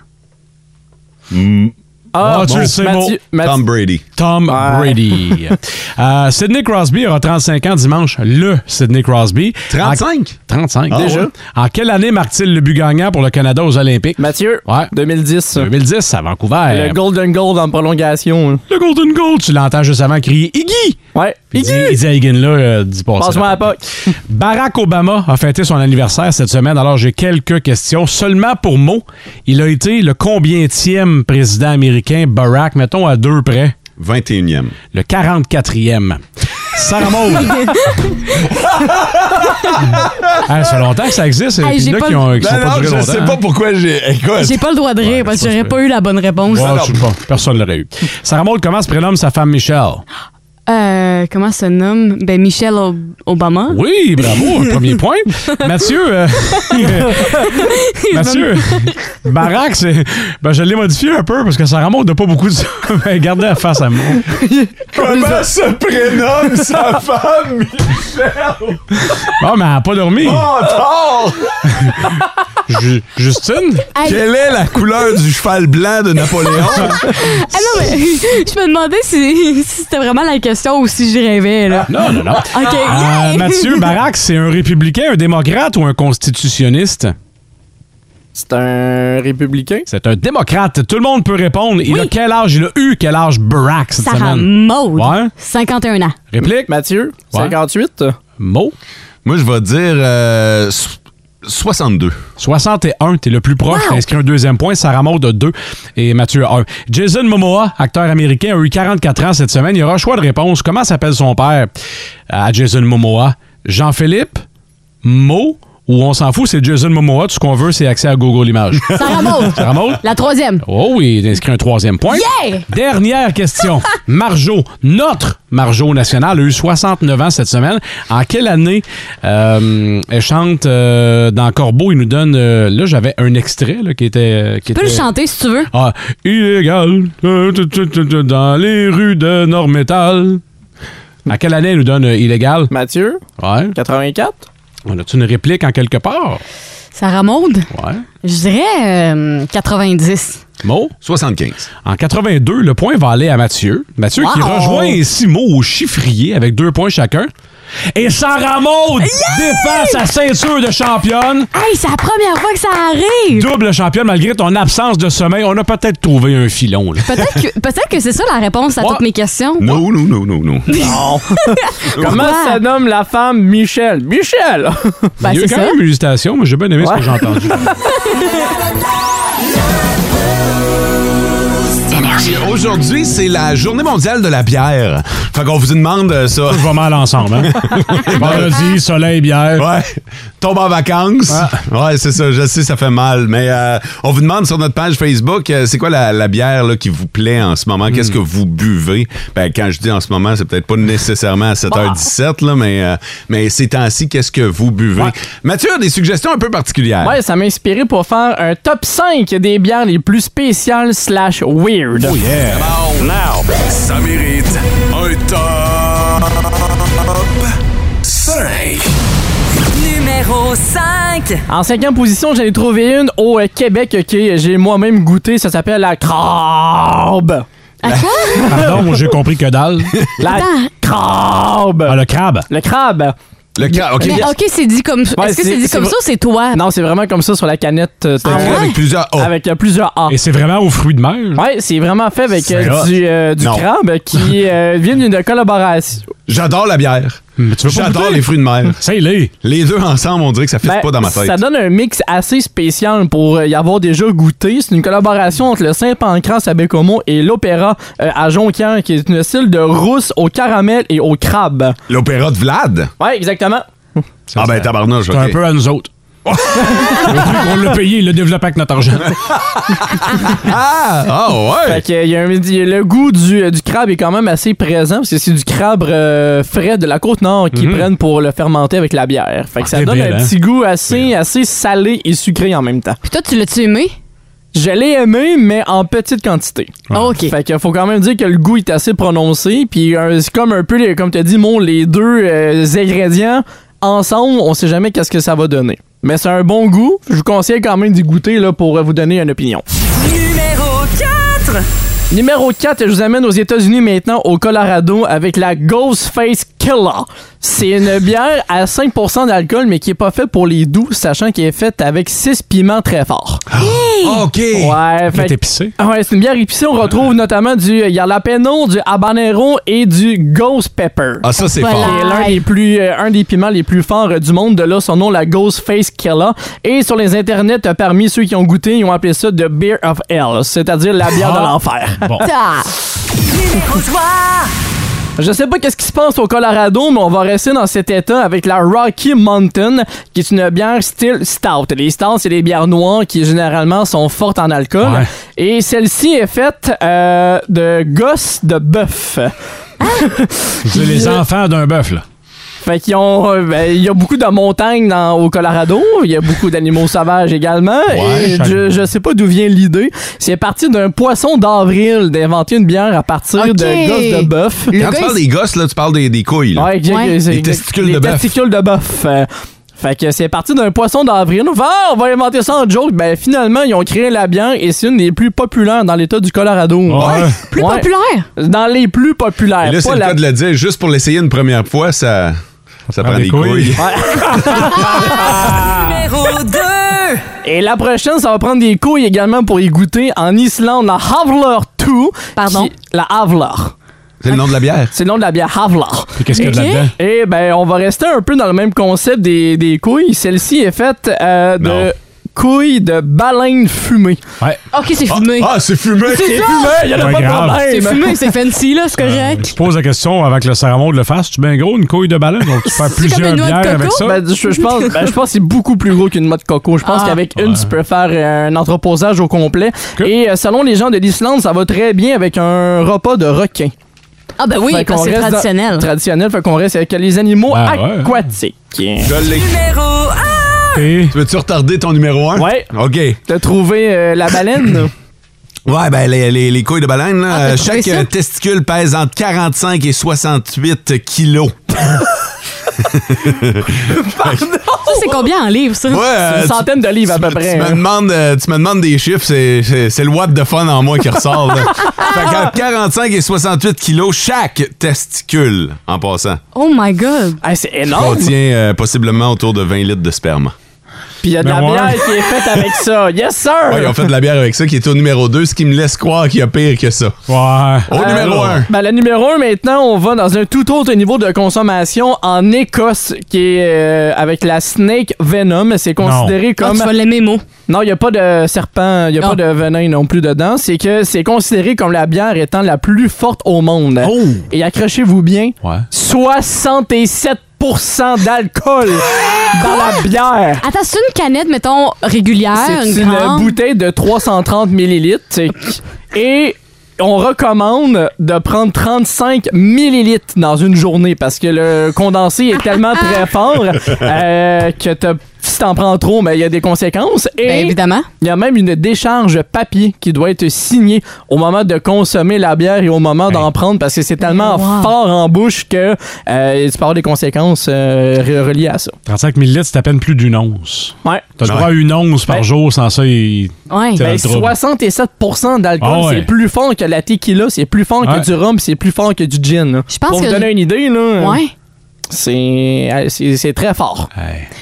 Ah, tu le sais, Mathieu, Mathieu- Mm. Tom Brady. Tom Ouais. Brady. Euh, Sidney Crosby aura 35 ans dimanche. Le Sidney Crosby. 35? En- 35, Ah, déjà. ouais. En quelle année marque-t-il le but gagnant pour le Canada aux Olympiques? Mathieu? Ouais. 2010. 2010 à Vancouver. Le Golden Gold en prolongation. là. Le Golden Goal, tu l'entends juste avant crier Iggy! Ouais. Puis il dit- Il dit à Higgin, là, euh, dis pas ça. Passe-moi la POC. Barack Obama a fêté son anniversaire cette semaine, alors j'ai quelques questions. Seulement pour mots, il a été le combienième président américain, Barack, mettons à deux près? 21e. Le 44e. Sarah Maud. Ah, ça fait longtemps que ça existe. Hey, Il y j'ai en a pas qui le- ont, qui sont Non, pas non, durés je longtemps. sais pas pourquoi j'ai. J'ai pas le droit de rire parce que j'aurais pas eu la bonne réponse. Ouais, je sais pas. Personne ne l'aurait eu. Sarah Maud, comment se prénomme sa femme Michelle? Euh, comment se nomme? Ben, Michelle O- Obama. Oui, bravo, un premier point. Mathieu, euh, Mathieu, Barack, c'est, ben, je l'ai modifié un peu parce que Sarah Maud n'a pas beaucoup de ça. Ben, Gardez la face à moi. Comment se prénomme sa femme, Michel? Bon, mais elle n'a pas dormi. Encore! Ju- Justine? Hey. Quelle est la couleur du cheval blanc de Napoléon? Ah non, mais je me demandais si, si c'était vraiment la question ou si je rêvais, là. Non, non, non. OK. Euh, Mathieu, Barack, c'est un républicain, un démocrate ou un constitutionniste? C'est un républicain. C'est un démocrate. Tout le monde peut répondre. Il a quel âge? Il a eu quel âge Barack cette Sarah semaine? Maud. Ouais. 51 ans. Réplique? Mathieu, Ouais. 58. Mot? Moi, je vais dire euh, so- 62. 61, t'es le plus proche. T'as inscrit un deuxième point. Sarah Maud a 2 et Mathieu a 1. Jason Momoa, acteur américain, a eu 44 ans cette semaine. Il y aura un choix de réponse. Comment s'appelle son père Euh, à Jason Momoa? Jean-Philippe? Mo? Ou on s'en fout, c'est Jason Momoa. Tout ce qu'on veut, c'est accès à Google Images. Sarah Maud. Sarah Maud? La troisième. Oh oui, il inscrit un troisième point. Yeah! Dernière question. Marjo, notre Marjo nationale, a eu 69 ans cette semaine. En quelle année euh, elle chante euh, dans Corbeau? Il nous donne... euh, là, j'avais un extrait là, qui était... euh, Tu Qui peux le était- chanter si tu veux. Ah, illégal euh, tu, tu, tu, tu, dans les rues de Nord-Métal. À quelle année elle nous donne euh, illégal? Mathieu, Ouais. 84. On a-tu une réplique en quelque part? Sarah Maud. Ouais. Je dirais euh, 90. Mo? 75. En 82, le point va aller à Mathieu. Mathieu qui Wow! rejoint ainsi Mo au chiffrier avec deux points chacun. Et Sarah Maud défend sa ceinture de championne. Hey, c'est la première fois que ça arrive. Double championne malgré ton absence de sommeil. On a peut-être trouvé un filon. là. Peut-être que, peut que c'est ça la réponse à Ouais. toutes mes questions. Non, non, non, non, non. Comment Ouais. ça nomme la femme Michel? Michel! Ben, Il y a c'est eu quand ça. même une hésitation, mais j'ai bien aimé ce que Ouais. j'ai entendu. Aujourd'hui, c'est la journée mondiale de la bière. Fait qu'on vous demande euh, ça. On va mal ensemble. Hein? Vendredi, soleil, bière. Ouais. Tombe en vacances. Ouais, c'est ça. Je sais, ça fait mal. Mais euh, on vous demande sur notre page Facebook, euh, c'est quoi la, la bière là, qui vous plaît en ce moment? Hmm. Qu'est-ce que vous buvez? Ben, quand je dis en ce moment, c'est peut-être pas nécessairement à 7h17, là, mais, euh, mais ces temps-ci, qu'est-ce que vous buvez? Mathieu a des suggestions un peu particulières. Ouais, ça m'a inspiré pour faire un top 5 des bières les plus spéciales slash weird. Oh, Ça mérite un top 5. Numéro 5. En cinquième position, j'en ai trouvé une au euh, Québec que j'ai moi-même goûté. Ça s'appelle la crabe. Pardon, moi, j'ai compris que dalle. La crabe. Ah, le crabe. Le crabe. Le Ah, crabe, OK. Mais OK, c'est dit comme Ouais, Est-ce que c'est- c'est dit c'est comme vrai- ça ou c'est toi? Non, c'est vraiment comme ça sur la canette. euh, Écrit t'as- Ah Avec plusieurs O. Avec euh, plusieurs A. Et c'est vraiment aux fruits de mer. Ouais, c'est vraiment fait avec euh, C'est hot. du, euh, du Non. crabe qui euh, vient d'une collaboration. J'adore la bière. Mais tu veux pas J'adore goûter? les fruits de mer. C'est les. Les deux ensemble, on dirait que ça fit Ben, pas dans ma tête. Ça donne un mix assez spécial pour euh, y avoir déjà goûté. C'est une collaboration entre le Saint-Pancras à Bécomo et l'Opéra euh, à Jonquière, qui est une style de rousse au caramel et au crabe. L'opéra de Vlad? Ouais, exactement. Ah ben tabarnouche, C'est un ok. peu à nous autres. on l'a payé, il l'a développé avec notre argent. Ah! Ah ouais! Fait que, euh, y a un- y a le goût du, euh, du crabe est quand même assez présent, parce que c'est du crabe euh, frais de la Côte-Nord qu'ils prennent pour le fermenter avec la bière. Fait que ça donne débile, un hein? petit goût assez, assez salé et sucré en même temps. Puis toi, tu l'as-tu aimé? Je l'ai aimé, mais en petite quantité. Ah, OK. Fait que faut quand même dire que le goût est assez prononcé. Puis euh, c'est comme un peu, les- comme tu as dit, mon, les deux euh, ingrédients ensemble, on sait jamais qu'est-ce que ça va donner. Mais c'est un bon goût. Je vous conseille quand même d'y goûter là, pour euh, vous donner une opinion. Numéro 4. Numéro 4, je vous amène aux États-Unis maintenant, au Colorado, avec la Ghostface Killer. C'est une bière à 5% d'alcool, mais qui est pas faite pour les doux, sachant qu'elle est faite avec 6 piments très forts. Ah! OK! Ouais, Fait fait épicé. Ah Ouais, c'est une bière épicée. On retrouve notamment du jalapeno, du habanero et du ghost pepper. Ah ça c'est Voilà. fort. Qui est l'un des plus, euh, un des piments les plus forts euh, du monde. De là, son nom, la Ghost Face Killer. Et sur les internets, euh, parmi ceux qui ont goûté, ils ont appelé ça The Beer of Ah! Hell, c'est-à-dire la bière de Ah. l'enfer. Bon. Ah! Numéro 3. Je sais pas qu'est-ce qui se passe au Colorado, mais on va rester dans cet état avec la Rocky Mountain, qui est une bière style stout. Les stouts, c'est les bières noires qui généralement sont fortes en alcool. Et celle-ci est faite euh, de gosses de bœuf. C'est les enfants d'un bœuf, là. Fait qu'ils ont. euh, ben, Il y a beaucoup de montagnes dans- au Colorado. Il y a beaucoup d'animaux sauvages également. Ouais, et ça- je, je sais pas d'où vient l'idée. C'est parti d'un poisson d'avril d'inventer une bière à partir de gosses de bœuf. Quand tu parles des gosses, là, tu parles des, des couilles. Là. Ouais, exact- exact- Des testicules les de bœuf. testicules de bœuf. Euh, fait que c'est parti d'un poisson d'avril. On fait, Ah, on va inventer ça en joke. Ben finalement, ils ont créé la bière et c'est une des plus populaires dans l'État du Colorado. Ouais. Plus populaire? Dans les plus populaires. Et là, c'est pas le la- cas de le dire. Juste pour l'essayer une première fois, ça, ça prend des, couilles. Numéro 2. Et la prochaine, ça va prendre des couilles également pour y goûter en Islande, la Havlar 2. Pardon? la Havlar. C'est le nom de la bière. C'est le nom de la bière Havlar. Puis qu'est-ce qu'il y a Ok. là-dedans? Eh ben, on va rester un peu dans le même concept des, des couilles. Celle-ci est faite euh, de couilles de baleine fumée. Ouais. Ok, c'est fumé. Ah, c'est fumé! C'est ça! il y en a Pas pas de grave. C'est problème. fumé, c'est fancy, là, c'est Euh, correct. Je pose la question avant que le Saramo le fasse. Tu bien gros, une couille de baleine? Donc, tu faire C'est comme plusieurs une noix de bières avec coco. ça. Ben, je, je pense, ben, je pense que c'est beaucoup plus gros qu'une mode coco. Je pense Ah. qu'avec une, tu peux faire euh, un entreposage au complet. Et euh, selon les gens de l'Islande, ça va très bien avec un repas de requin. Ah, ben oui, Fait parce qu'on que c'est reste dans- traditionnel. traditionnel, fait qu'on reste avec les animaux Ah, ouais. aquatiques. Je l'ai. Numéro 1. Et- Tu veux-tu retarder ton numéro 1? Ouais. OK. T'as trouvé euh, la baleine? Ouais, ben les, les- les couilles de baleine, là, Ah, t'as euh, trouvé chaque ça? euh, testicule pèse entre 45 et 68 kilos. Ça, c'est combien en livres, ça? Ouais, euh, une tu- centaine de livres à tu peu me- près, Tu hein. me, demandes, euh, tu me demandes des chiffres, c'est- c'est c'est le what de fun en moi qui ressort. là. fait qu'entre 45 et 68 kilos, chaque testicule, en passant, Oh my god. Ah, c'est énorme! contient euh, possiblement autour de 20 litres de sperme. Puis il y a de la Mais Ben ouais. bière qui est faite avec ça. Yes, sir! Ouais, ils ont fait de la bière avec ça, qui est au numéro 2, ce qui me laisse croire qu'il y a pire que ça. Ouais. Au numéro 1. Ben, le numéro 1, maintenant, on va dans un tout autre niveau de consommation en Écosse, qui est euh, avec la Snake Venom. C'est considéré Ah, comme. tu vas l'aimer, mot. Non, il n'y a pas de serpent, il n'y a Ah. pas de venin non plus dedans. C'est que c'est considéré comme la bière étant la plus forte au monde. Oh! Et accrochez-vous bien, Ouais. 67% d'alcool dans la bière. Attends, c'est une canette, mettons, régulière, C'est une une grande. bouteille de 330 millilitres et on recommande de prendre 35 millilitres dans une journée parce que le condensé est tellement très fort euh, que t'as- si t'en prends trop, mais il y a des conséquences. Ben, Et évidemment. il y a même une décharge papier qui doit être signée au moment de consommer la bière et au moment d'en prendre parce que c'est tellement Wow. fort en bouche que euh, tu peux avoir des conséquences euh, re- reliées à ça. 35 000 litres, c'est à peine plus d'une once. Ouais. T'as le droit à une once par Ouais. jour, sans ça, il... Ouais. T'as- Ben, le trouble. 67 d'alcool, Ah ouais. c'est plus fort que la tequila, c'est plus fort Ouais. que du rhum, c'est plus fort que du gin. là. Je pense Pour que- vous donner une idée, là, Ouais. c'est euh, c'est c'est très fort.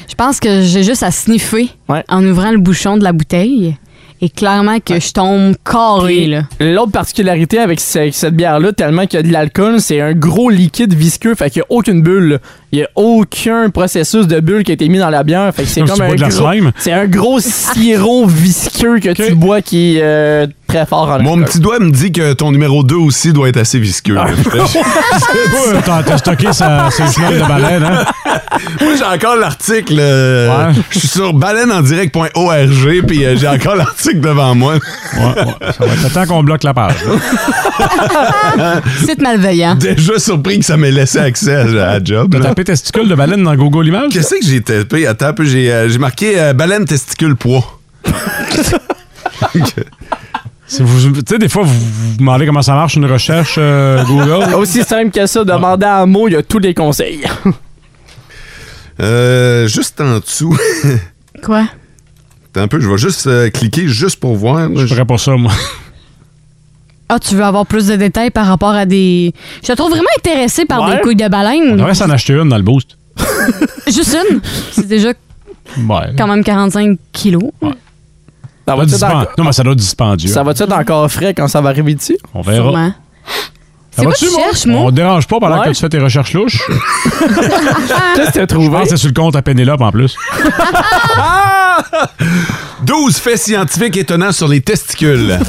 Je pense que j'ai juste à sniffer Ouais. en ouvrant le bouchon de la bouteille. Et clairement que je tombe carré, Puis, Ah là. L'autre particularité avec ce- cette bière-là, tellement qu'il y a de l'alcool, c'est un gros liquide visqueux, fait qu'il n'y a aucune bulle. Il n'y a aucun processus de bulle qui a été mis dans la bière, fait que c'est Comme comme, si tu bois un de la gros, slime. c'est un gros sirop visqueux que tu bois qui est euh, très fort en Mon alcool. petit doigt me dit que ton numéro 2 aussi doit être assez visqueux. Ah, Ouais, Ah, T'as t'as stocké sa ses genoux de baleine, hein? Moi, j'ai encore l'article. euh, Ouais. Je suis sur baleineendirect.org, puis euh, j'ai encore l'article devant moi. Ouais, ouais. Ça va être le temps qu'on bloque la page. là. C'est malveillant. Déjà surpris que ça m'ait laissé accès à, à job. T'as là. tapé testicule de baleine dans Google Images? Qu'est-ce que j'ai tapé? Attends un peu, j'ai euh, j'ai marqué euh, baleine testicule poids. Si vous- Tu sais, des fois, vous vous demandez comment ça marche une recherche euh, Google. Ah, Aussi simple que ça, demander à un mot, il y a tous les conseils. Euh, juste en dessous. Quoi? Attends un peu, je vais juste euh, cliquer juste pour voir. là. Je ferais pas ça, moi. Ah, tu veux avoir plus de détails par rapport à des. Je te trouve vraiment intéressé par Ouais. des couilles de On baleine. devrait s'en acheter une dans le boost. Juste une. C'est déjà Ben, Ouais. quand même 45 kilos. Ça Ça doit va-tu être dispen- encore- Non, mais ça doit être dispendieux. ça va-tu être encore frais quand ça va arriver d'ici? On verra. Sûrement. Ça C'est quoi va-tu, tu Mo? cherches, On moi? te dérange pas pendant Ouais. que tu fais tes recherches louches. Je Qu'est-ce que t'as trouvé? pense que c'est sur le compte à Pénélope en plus. Ah. 12 faits scientifiques étonnants sur les testicules.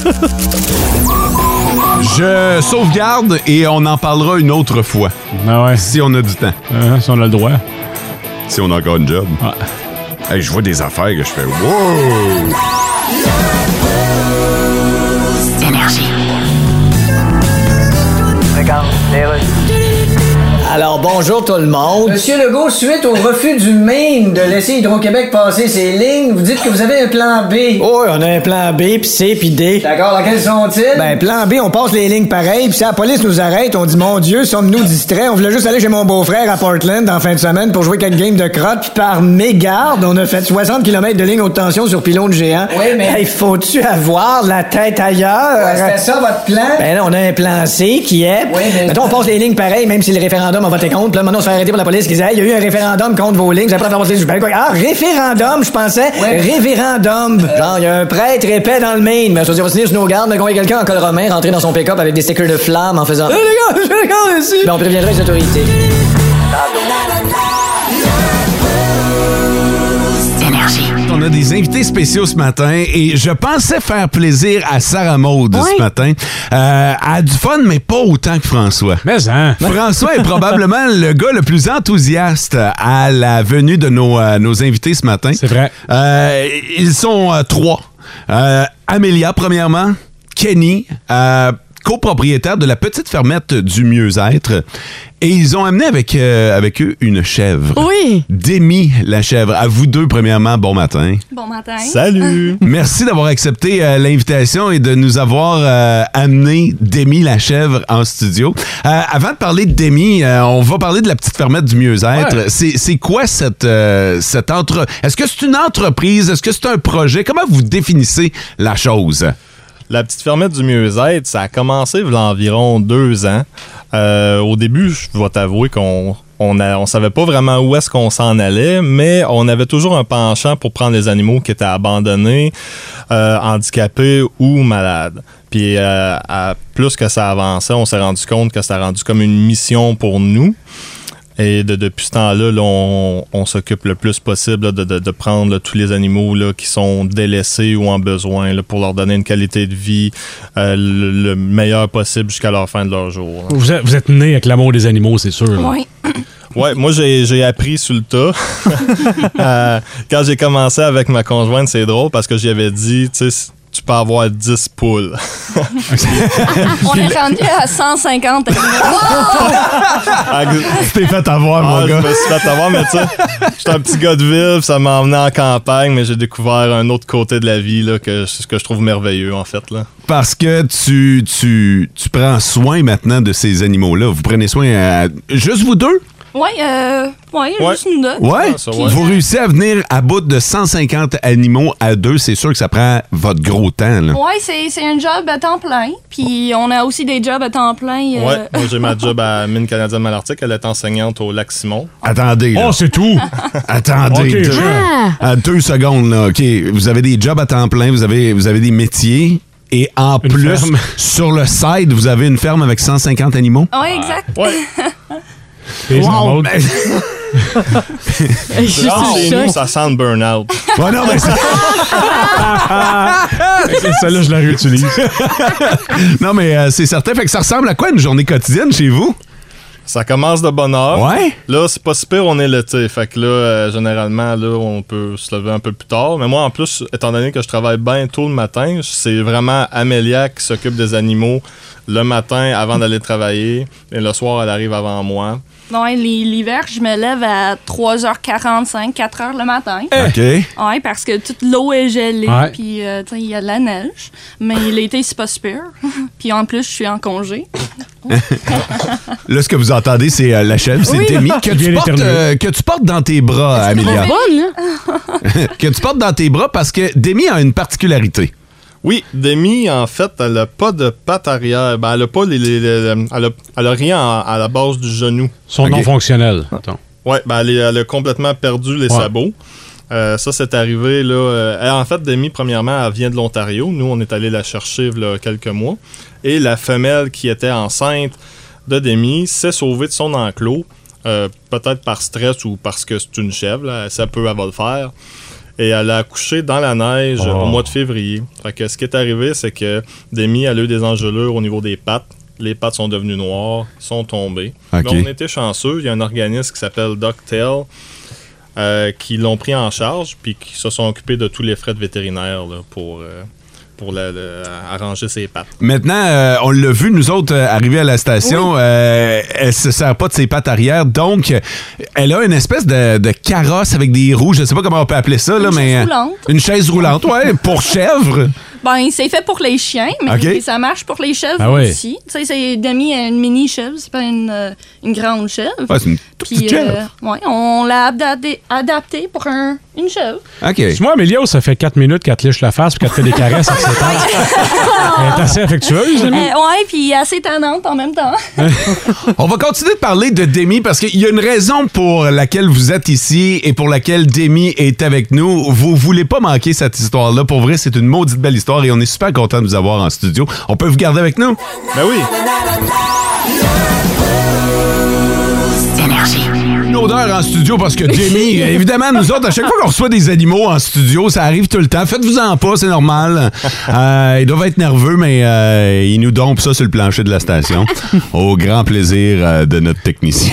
Je sauvegarde et on en parlera une autre fois. Si on a du temps. Ah Euh, si on a le droit. Ah. Si on a encore une job. Hey, je vois des affaires que je fais. Wow! Alors, bonjour tout le monde. Monsieur Legault, suite au refus du Maine de laisser Hydro-Québec passer ses lignes, vous dites que vous avez un plan B. Oui, on a un plan B, puis C, puis D. D'accord, lesquels sont-ils? Ben, plan B, on passe les lignes pareilles, puis si la police nous arrête, on dit Mon Dieu, sommes-nous distraits? On voulait juste aller chez mon beau-frère à Portland en fin de semaine pour jouer quelques games de crotte, puis par mégarde, on a fait 60 km de lignes haute tension sur pylône géant. Oui, mais- Hey, faut-tu avoir la tête ailleurs? Ouais, c'était ça, votre plan? Ben là, on a un plan C qui est. Oui, mais- Mettons, on passe les lignes pareilles, même si le référendum a voté contre. Puis là, maintenant, on se fait arrêter par la police qui disait Hey, il y a eu un référendum contre vos lignes, vous avez pas fait voter du Ben, quoi? Ah, référendum, je pensais. Ouais. Euh. Référendum. Genre, il y a un prêtre épais dans le Maine. Mais ça dire, on va signer sur nos gardes, mais qu'on voit quelqu'un en col romain rentrer dans son pick-up avec des stickers de flammes en faisant. les gars, les gars, ici! Ben, on préviendra les autorités. On a des invités spéciaux ce matin et je pensais faire plaisir à Sarah Maud ce matin. Euh, elle a du fun, mais pas autant que François. Mais hein. François est probablement le gars le plus enthousiaste à la venue de nos, euh, nos invités ce matin. C'est vrai. ils sont euh, trois. Euh, Amélia, premièrement. Kenny, euh, copropriétaire de la petite fermette du mieux-être. Et ils ont amené avec, euh, avec eux une chèvre. Oui. Demi, la chèvre. À vous deux, premièrement, bon matin. Bon matin. Salut! Merci d'avoir accepté euh, l'invitation et de nous avoir euh, amené Demi la chèvre en studio. Euh, avant de parler de Demi, euh, on va parler de la petite fermette du mieux-être. Ouais. C'est c'est quoi cette, euh, cette entre... Est-ce que c'est une entreprise? Est-ce que c'est un projet? Comment vous définissez la chose? La petite fermette du mieux-être, ça a commencé il y a environ deux ans. Euh, au début, je vais t'avouer qu'on on a- on savait pas vraiment où est-ce qu'on s'en allait, mais on avait toujours un penchant pour prendre les animaux qui étaient abandonnés, euh, handicapés ou malades. Puis euh, à- plus que ça avançait, on s'est rendu compte que ça a rendu comme une mission pour nous. Et de- depuis ce temps-là, là, on, on s'occupe le plus possible là, de, de- de prendre là, tous les animaux là, qui sont délaissés ou en besoin là, pour leur donner une qualité de vie euh, le, le meilleur possible jusqu'à la fin de leur jour. là. Vous êtes, vous êtes né avec l'amour des animaux, c'est sûr. là. Ouais, moi j'ai j'ai appris sur le tas. Euh, quand j'ai commencé avec ma conjointe, c'est drôle parce que j'y avais dit, tu sais, tu peux avoir 10 poules. On est rendu à 150. Ah, Tu t'es fait avoir, mon gars. Ah, Je me suis fait avoir, mais tu sais, j'étais un petit gars de ville, puis ça m'a emmené en campagne, mais j'ai découvert un autre côté de la vie là, que, je- que je trouve merveilleux, en fait. Là. Parce que tu, tu, tu prends soin maintenant de ces animaux-là. Vous prenez soin à- juste vous deux? Ouais, euh, ouais, Ouais. juste nous deux. Ah, Ouais. Puis, Vous réussissez à venir à bout de 150 animaux à deux, c'est sûr que ça prend votre gros temps. Là. Ouais, c'est c'est un job à temps plein. Puis on a aussi des jobs à temps plein. euh, Ouais, moi j'ai ma job à Mine canadienne Malartic, elle est enseignante au Lac Simon. Attendez. là. Oh, c'est tout. Attendez. Ok, deux, je- Ah, deux secondes. Là. OK. Vous avez des jobs à temps plein, vous avez, vous avez des métiers. Et en plus, ferme. sur le side, vous avez une ferme avec 150 animaux. Ah Ouais, exact. Et Wow. ben- C'est rare chez nous, ça sent le burn-out. Ouais, non, mais ça- Celle-là, je la réutilise. non, mais euh, c'est certain. Fait que ça ressemble à quoi une journée quotidienne chez vous? Ça commence de bonne heure. Ouais. Là, c'est pas si pire, on est l'été. Fait que là, euh, généralement, là, on peut se lever un peu plus tard. Mais moi, en plus, étant donné que je travaille bien tôt le matin, c'est vraiment Amélia qui s'occupe des animaux le matin avant d'aller travailler. Et le soir, elle arrive avant moi. Ouais, l'hi- l'hiver, je me lève à 3h45, 4h le matin. OK. Ouais, parce que toute l'eau est gelée, Ouais. puis euh, tu sais, il y a de la neige. Mais l'été, c'est pas super. puis en plus, je suis en congé. Là, ce que vous entendez, c'est euh, la chèvre, c'est Oui. Demi, Qui que vient tu, portes, d'éternuer. euh, que tu portes dans tes bras, Amélia. bonne, que tu portes dans tes bras parce que Demi a une particularité. Oui, Demi, en fait, elle a pas de patte arrière. Ben, elle a pas les. les- les- elle, a, elle a rien en- à la base du genou. Son nom fonctionnel. Attends. Ouais, ben elle, est- elle a complètement perdu les Ouais. sabots. Euh, ça, c'est arrivé là. euh, elle, en fait, Demi, premièrement, elle vient de l'Ontario. Nous, on est allé la chercher là, quelques mois. Et la femelle qui était enceinte de Demi s'est sauvée de son enclos. euh, Peut-être par stress ou parce que c'est une chèvre, là, ça peut, elle va le faire. et elle a accouché dans la neige Oh. au mois de février. Fait que ce qui est arrivé, c'est que Demi, elle a eu des engelures au niveau des pattes. Les pattes sont devenues noires, sont tombées. Ok. Mais on était chanceux. Il y a un organisme qui s'appelle DocTel euh, qui l'ont pris en charge puis qui se sont occupés de tous les frais de vétérinaire là, pour, euh, pour la- la- arranger ses pattes. Maintenant, euh, on l'a vu, nous autres, euh, arrivés à la station, euh, elle se sert pas de ses pattes arrière, donc euh, elle a une espèce de, de carrosse avec des roues, je sais pas comment on peut appeler ça, là, Une mais... chaise euh, roulante. Une chaise roulante, ouais, pour chèvre. Ben, c'est fait pour les chiens, mais Ok. ça marche pour les chèvres Ah ouais. aussi. Tu sais, c'est Demi a une mini chèvre, c'est pas une, euh, une grande chèvre. Ouais, c'est une toute Puis, petite euh, chèvre. ouais, on l'a adapté, adapté pour un- une chèvre. Tu vois, Amélia, ça fait 4 minutes qu'elle te liche la face puis qu'elle te fait des caresses avec ses pattes. Elle est assez Ah affectueuse, Euh, Demi. ouais, puis assez tannante en même temps. On va continuer de parler de Demi parce qu'il y a une raison pour laquelle vous êtes ici et pour laquelle Demi est avec nous. Vous voulez pas manquer cette histoire-là. Pour vrai, c'est une maudite belle histoire et on est super content de vous avoir en studio. On peut vous garder avec nous? Ben oui. Une odeur en studio parce que Demi, évidemment, nous autres, à chaque fois qu'on reçoit des animaux en studio, ça arrive tout le temps. Faites-vous-en pas, c'est normal. Euh, ils doivent être nerveux, mais euh, ils nous dompent ça sur le plancher de la station. Au grand plaisir euh, de notre technicien.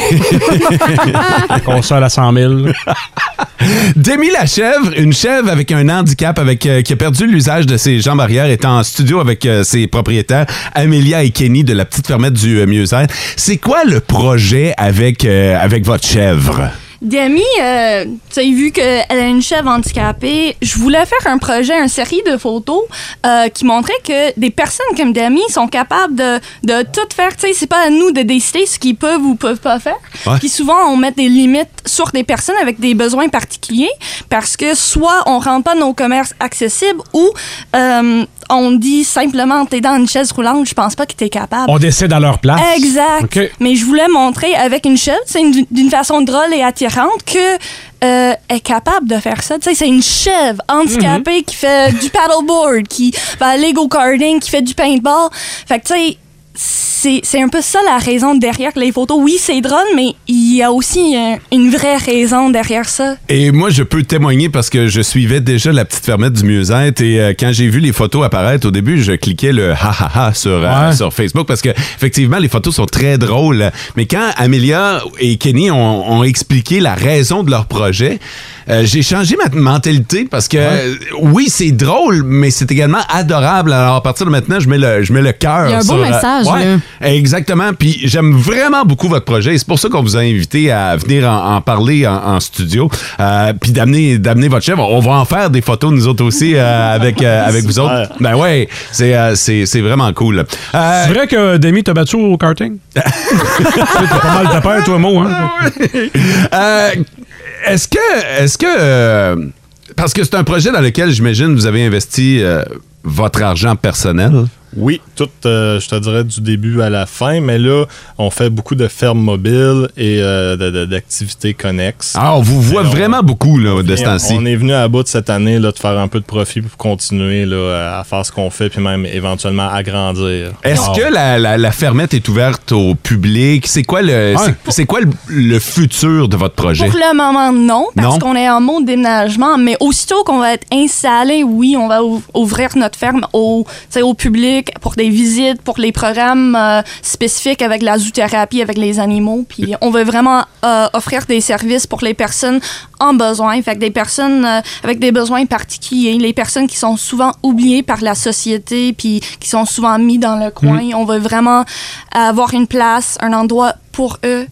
Console à 100 000. Demi la chèvre, une chèvre avec un handicap, avec euh, qui a perdu l'usage de ses jambes arrière, est en studio avec euh, ses propriétaires, Amelia et Kenny de la petite fermette du euh, Mieux-être. C'est quoi le projet avec, euh, avec votre chèvre? Demi, euh, tu sais, vu qu'elle a une chèvre handicapée, je voulais faire un projet, une série de photos euh, qui montraient que des personnes comme Demi sont capables de, de tout faire. Tu sais, c'est pas à nous de décider ce qu'ils peuvent ou peuvent pas faire. Ouais. Puis souvent, on met des limites sur des personnes avec des besoins particuliers parce que soit on rend pas nos commerces accessibles ou euh, on dit simplement t'es dans une chaise roulante, je pense pas que t'es capable. On décide à leur place. oh, Exact. OK. Mais je voulais montrer avec une chèvre, c'est une- d'une façon drôle et attirante que euh, est capable de faire ça. Tu sais, c'est une chèvre Mhm. handicapée qui fait du paddleboard, qui va aller go karting, qui fait du paintball. Fait que tu sais. C'est c'est un peu ça la raison derrière les photos. Oui, c'est drôle, mais il y a aussi un- une vraie raison derrière ça. Et moi, je peux témoigner parce que je suivais déjà la petite fermette du mieux-être et euh, quand j'ai vu les photos apparaître au début, je cliquais le ha ha ha sur, euh, sur Facebook parce que effectivement, les photos sont très drôles. Mais quand Amelia et Kenny ont, ont expliqué la raison de leur projet, euh, j'ai changé ma mentalité parce que euh, oui, c'est drôle, mais c'est également adorable. Alors à partir de maintenant, je mets le, je mets le cœur. Il y a un beau sur, euh, message, ouais. là. Exactement. Puis j'aime vraiment beaucoup votre projet. Et C'est pour ça qu'on vous a invité à venir en, en parler en, en studio. Euh, puis d'amener, d'amener votre chef. On va en faire des photos, nous autres aussi, euh, avec, euh, avec vous autres. Ben ouais, c'est, euh, c'est, c'est vraiment cool. Euh, C'est vrai que Demi t'a battu au karting? Tu sais, T'as pas mal de peur, toi, Mo. Hein? Euh, est-ce que. Est-ce que. euh, parce que c'est un projet dans lequel, j'imagine, vous avez investi euh, votre argent personnel. Oui, tout, euh, je te dirais, du début à la fin, mais là, on fait beaucoup de fermes mobiles et euh, de- de- d'activités connexes. Ah, on vous voit vraiment beaucoup là, de ce Et on- temps-ci. On est venu à bout de cette année là, de faire un peu de profit pour continuer là, à faire ce qu'on fait, puis même éventuellement agrandir. Est-ce Ah. que la, la- la fermette est ouverte au public? C'est quoi le, Ouais. c'est- c'est quoi le, le futur de votre projet? Pour le moment, non, parce Non. qu'on est en mode déménagement, mais aussitôt qu'on va être installé, oui, on va ouv- ouvrir notre ferme au, tu sais, au public pour des visites, pour les programmes euh, spécifiques avec la zoothérapie, avec les animaux. Puis on veut vraiment euh, offrir des services pour les personnes en besoin, fait que des personnes euh, avec des besoins particuliers, les personnes qui sont souvent oubliées par la société, puis qui sont souvent mis dans le coin. On veut vraiment avoir une place, un endroit pour eux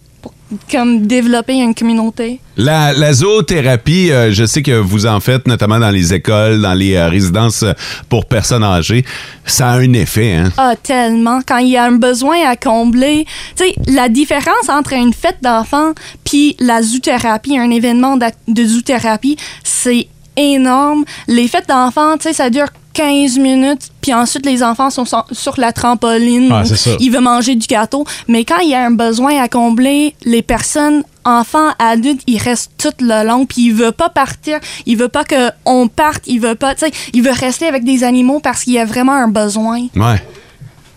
comme développer une communauté. La, la zoothérapie, euh, je sais que vous en faites notamment dans les écoles, dans les euh, résidences pour personnes âgées. Ça a un effet, hein? Ah, tellement. Quand il y a un besoin à combler. Tu sais, la différence entre une fête d'enfants puis la zoothérapie, un événement d'ac- de zoothérapie, c'est énorme. Les fêtes d'enfants, tu sais, ça dure 15 minutes, puis ensuite les enfants sont sur- sur la trampoline. Ah, ou c'est ça. Ils veulent manger du gâteau. Mais quand il y a un besoin à combler, les personnes, enfants, adultes, ils restent tout le long, puis ils veulent pas partir, ils veulent pas qu'on parte, ils veulent pas, tu sais, ils veulent rester avec des animaux parce qu'il y a vraiment un besoin. Ouais.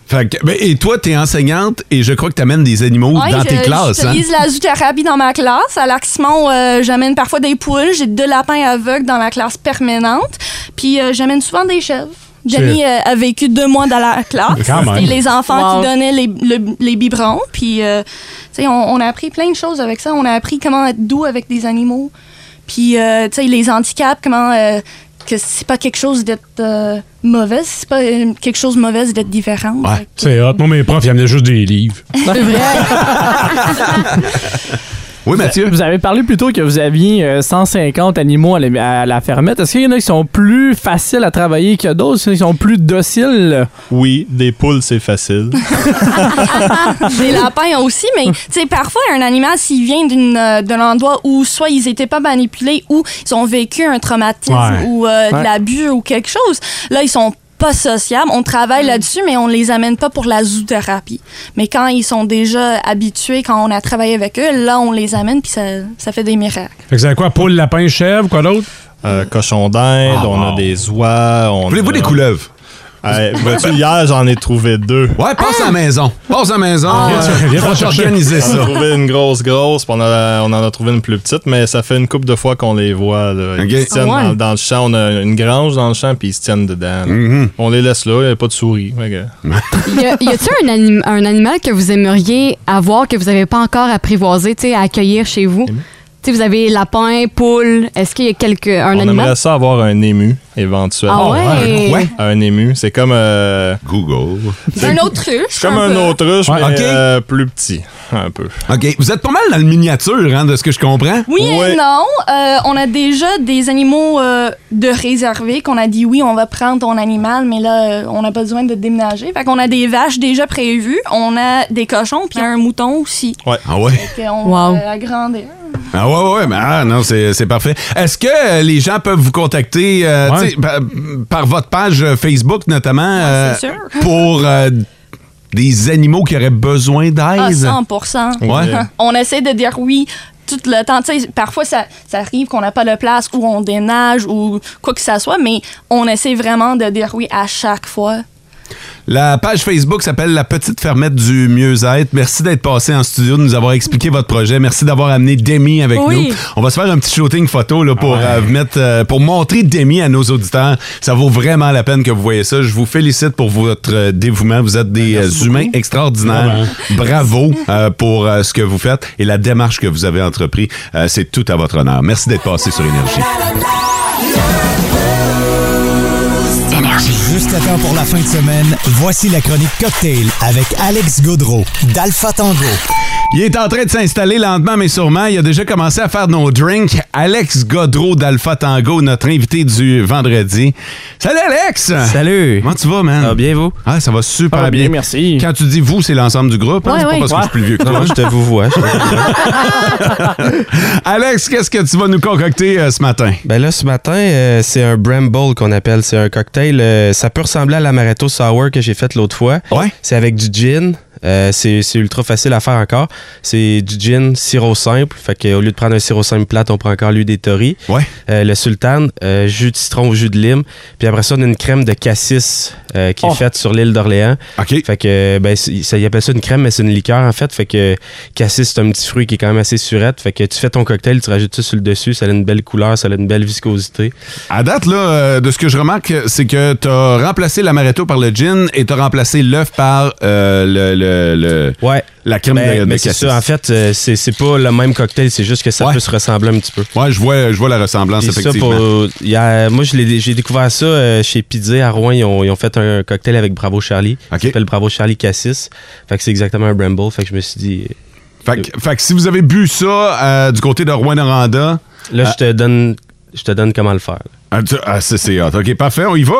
Fait que- ben, et toi, t'es enseignante et je crois que t'amènes des animaux Ouais, dans je- tes classes. hein? J'utilise la zoothérapie dans ma classe. À l'Aximon, euh, j'amène parfois des poules. J'ai deux lapins aveugles dans la classe permanente. Puis euh, j'amène souvent des chèvres. Jenny C'est- euh, a vécu deux mois dans la classe. Quand même. C'était les enfants Wow. qui donnaient les, le- les biberons. Puis, euh, tu sais, on, on a appris plein de choses avec ça. On a appris comment être doux avec des animaux. Puis, euh, tu sais, les handicaps, comment... euh, que c'est pas quelque chose d'être euh, mauvaise, c'est pas euh, quelque chose de mauvaise d'être différente. Ouais, c'est hot. Moi, mes profs, ils amenaient juste des livres. Oui, Mathieu. Vous avez parlé plus tôt que vous aviez euh, 150 animaux à la, à la fermette. Est-ce qu'il y en a qui sont plus faciles à travailler que d'autres? Est-ce qu'il y en a qui sont plus dociles? Oui, des poules, c'est facile. les lapins aussi, mais tu sais, parfois, un animal, s'il vient d'une, euh, d'un endroit où soit ils n'étaient pas manipulés ou ils ont vécu un traumatisme Ouais. ou euh, Ouais. de l'abus ou quelque chose, là, ils sont pas sociables. On travaille là-dessus, mais on les amène pas pour la zoothérapie. Mais quand ils sont déjà habitués, quand on a travaillé avec eux, là, on les amène, puis ça, ça fait des miracles. Fait que c'est quoi? Poule, lapin, chèvre, quoi d'autre? Euh, cochon Ah, d'Inde, on a des oies. Voulez-vous des couleuvres? Eh, vois-tu, hier, j'en ai trouvé deux. Ouais, passe à la maison. Passe à la maison. Euh, Viens organiser On a ça. trouvé une grosse, grosse, puis on, a- on en a trouvé une plus petite, mais ça fait une couple de fois qu'on les voit. là. Ils Ok. se tiennent Ah ouais. dans, dans le champ. On a une grange dans le champ, puis ils se tiennent dedans. là. Mm-hmm. On les laisse là, il n'y a pas de souris. Fait que- Y a- y a-t-il un, anim- un animal que vous aimeriez avoir, que vous n'avez pas encore apprivoisé, tu sais, à accueillir chez vous? Tu sais, vous avez lapin, poule. Est-ce qu'il y a quelque, un on animal? aimerait ça avoir un ému, éventuellement. Ah ouais? Ouais. Un ému, c'est comme... Google. Un autruche. C'est comme un peu. autruche, Ouais, mais ok. euh, plus petit, un peu. OK. Vous êtes pas mal dans le miniature, hein, de ce que je comprends. Oui et non. Euh, on a déjà des animaux euh, de réservés qu'on a dit oui, on va prendre ton animal, mais là, euh, on n'a pas besoin de déménager. Fait qu'on a des vaches déjà prévues, on a des cochons, puis un mouton aussi. Ouais. Ah ouais. Fait qu'on Wow. euh, agrandit. Ah ouais, ouais, ouais, mais ah, non, c'est c'est parfait. Est-ce que euh, les gens peuvent vous contacter euh, tu sais, par, par votre page euh, Facebook notamment euh, c'est sûr. pour euh, des animaux qui auraient besoin Ah, d'aide? 100 Ouais. Ah. On essaie de dire oui tout le temps. Tu sais, parfois, ça, ça arrive qu'on n'a pas de place ou on dénage ou quoi que ça soit, mais on essaie vraiment de dire oui à chaque fois. La page Facebook s'appelle La Petite Fermette du Mieux-être. Merci d'être passé en studio, de nous avoir expliqué votre projet. Merci d'avoir amené Demi avec Oui. nous. On va se faire un petit shooting photo là, pour, euh, vous mettre, euh, pour montrer Demi à nos auditeurs. Ça vaut vraiment la peine que vous voyez ça. Je vous félicite pour votre euh, dévouement. Vous êtes des euh, humains extraordinaires. Bravo euh, pour euh, ce que vous faites et la démarche que vous avez entrepris. Euh, C'est tout à votre honneur. Merci d'être passé sur Énergie. Jusqu'à temps pour la fin de semaine, voici la chronique Cocktail avec Alex Godreau d'Alpha Tango. Il est en train de s'installer lentement mais sûrement. Il a déjà commencé à faire nos drinks. Alex Godreau d'Alpha Tango, notre invité du vendredi. Salut Alex! Salut! Comment tu vas, man? Ça va bien, vous? Ah, ça va super Ça va bien. bien, merci. Quand tu dis vous, c'est l'ensemble du groupe. hein? Ouais, c'est ouais. pas parce que je suis plus vieux que toi. Non, je te vous vois. Alex, qu'est-ce que tu vas nous concocter euh, ce matin? Ben là, ce matin, euh, c'est un Bramble qu'on appelle. C'est un cocktail. euh, ça peut ressembler à l'amaretto sour que j'ai fait l'autre fois. Ouais. C'est avec du gin. Euh, c'est c'est ultra facile à faire encore. C'est du gin, sirop simple. Fait que, au lieu de prendre un sirop simple plate, on prend encore l'huile des tories. Ouais. Euh, le sultan, euh, jus de citron ou jus de lime. Puis après ça, on a une crème de cassis euh, qui Oh. est faite sur l'île d'Orléans. OK. Fait que, ben, c'est- ça, ils appellent ça une crème, mais c'est une liqueur, en fait. Fait que, cassis, c'est un petit fruit qui est quand même assez surette. Fait que tu fais ton cocktail, tu rajoutes ça sur le dessus, ça a une belle couleur, ça a une belle viscosité. À date, là, euh, de ce que je remarque, c'est que tu as remplacé l'amaretto par le gin et tu as remplacé l'œuf par euh, le, le- le- la crème Ben, de, de ben, c'est cassis. ça. En fait, euh, c'est c'est pas le même cocktail, c'est juste que ça peut se ressembler un petit peu. Ouais, je vois, je vois la ressemblance, Puis ça, effectivement. pour- il y a- moi, je l'ai- j'ai découvert ça euh, chez Pizzi à Rouen. Ils ont, ils ont fait un cocktail avec Bravo Charlie. qui s'appelle Bravo Charlie Cassis. Fait que c'est exactement un Bramble. Fait que je me suis dit. euh, Fait que, fait que si vous avez bu ça euh, du côté de Euh, Rouen-Noranda... Là, je te donne je te donne comment le faire. Ah, tu- ah, c'est- c'est hot. OK, parfait, on y va?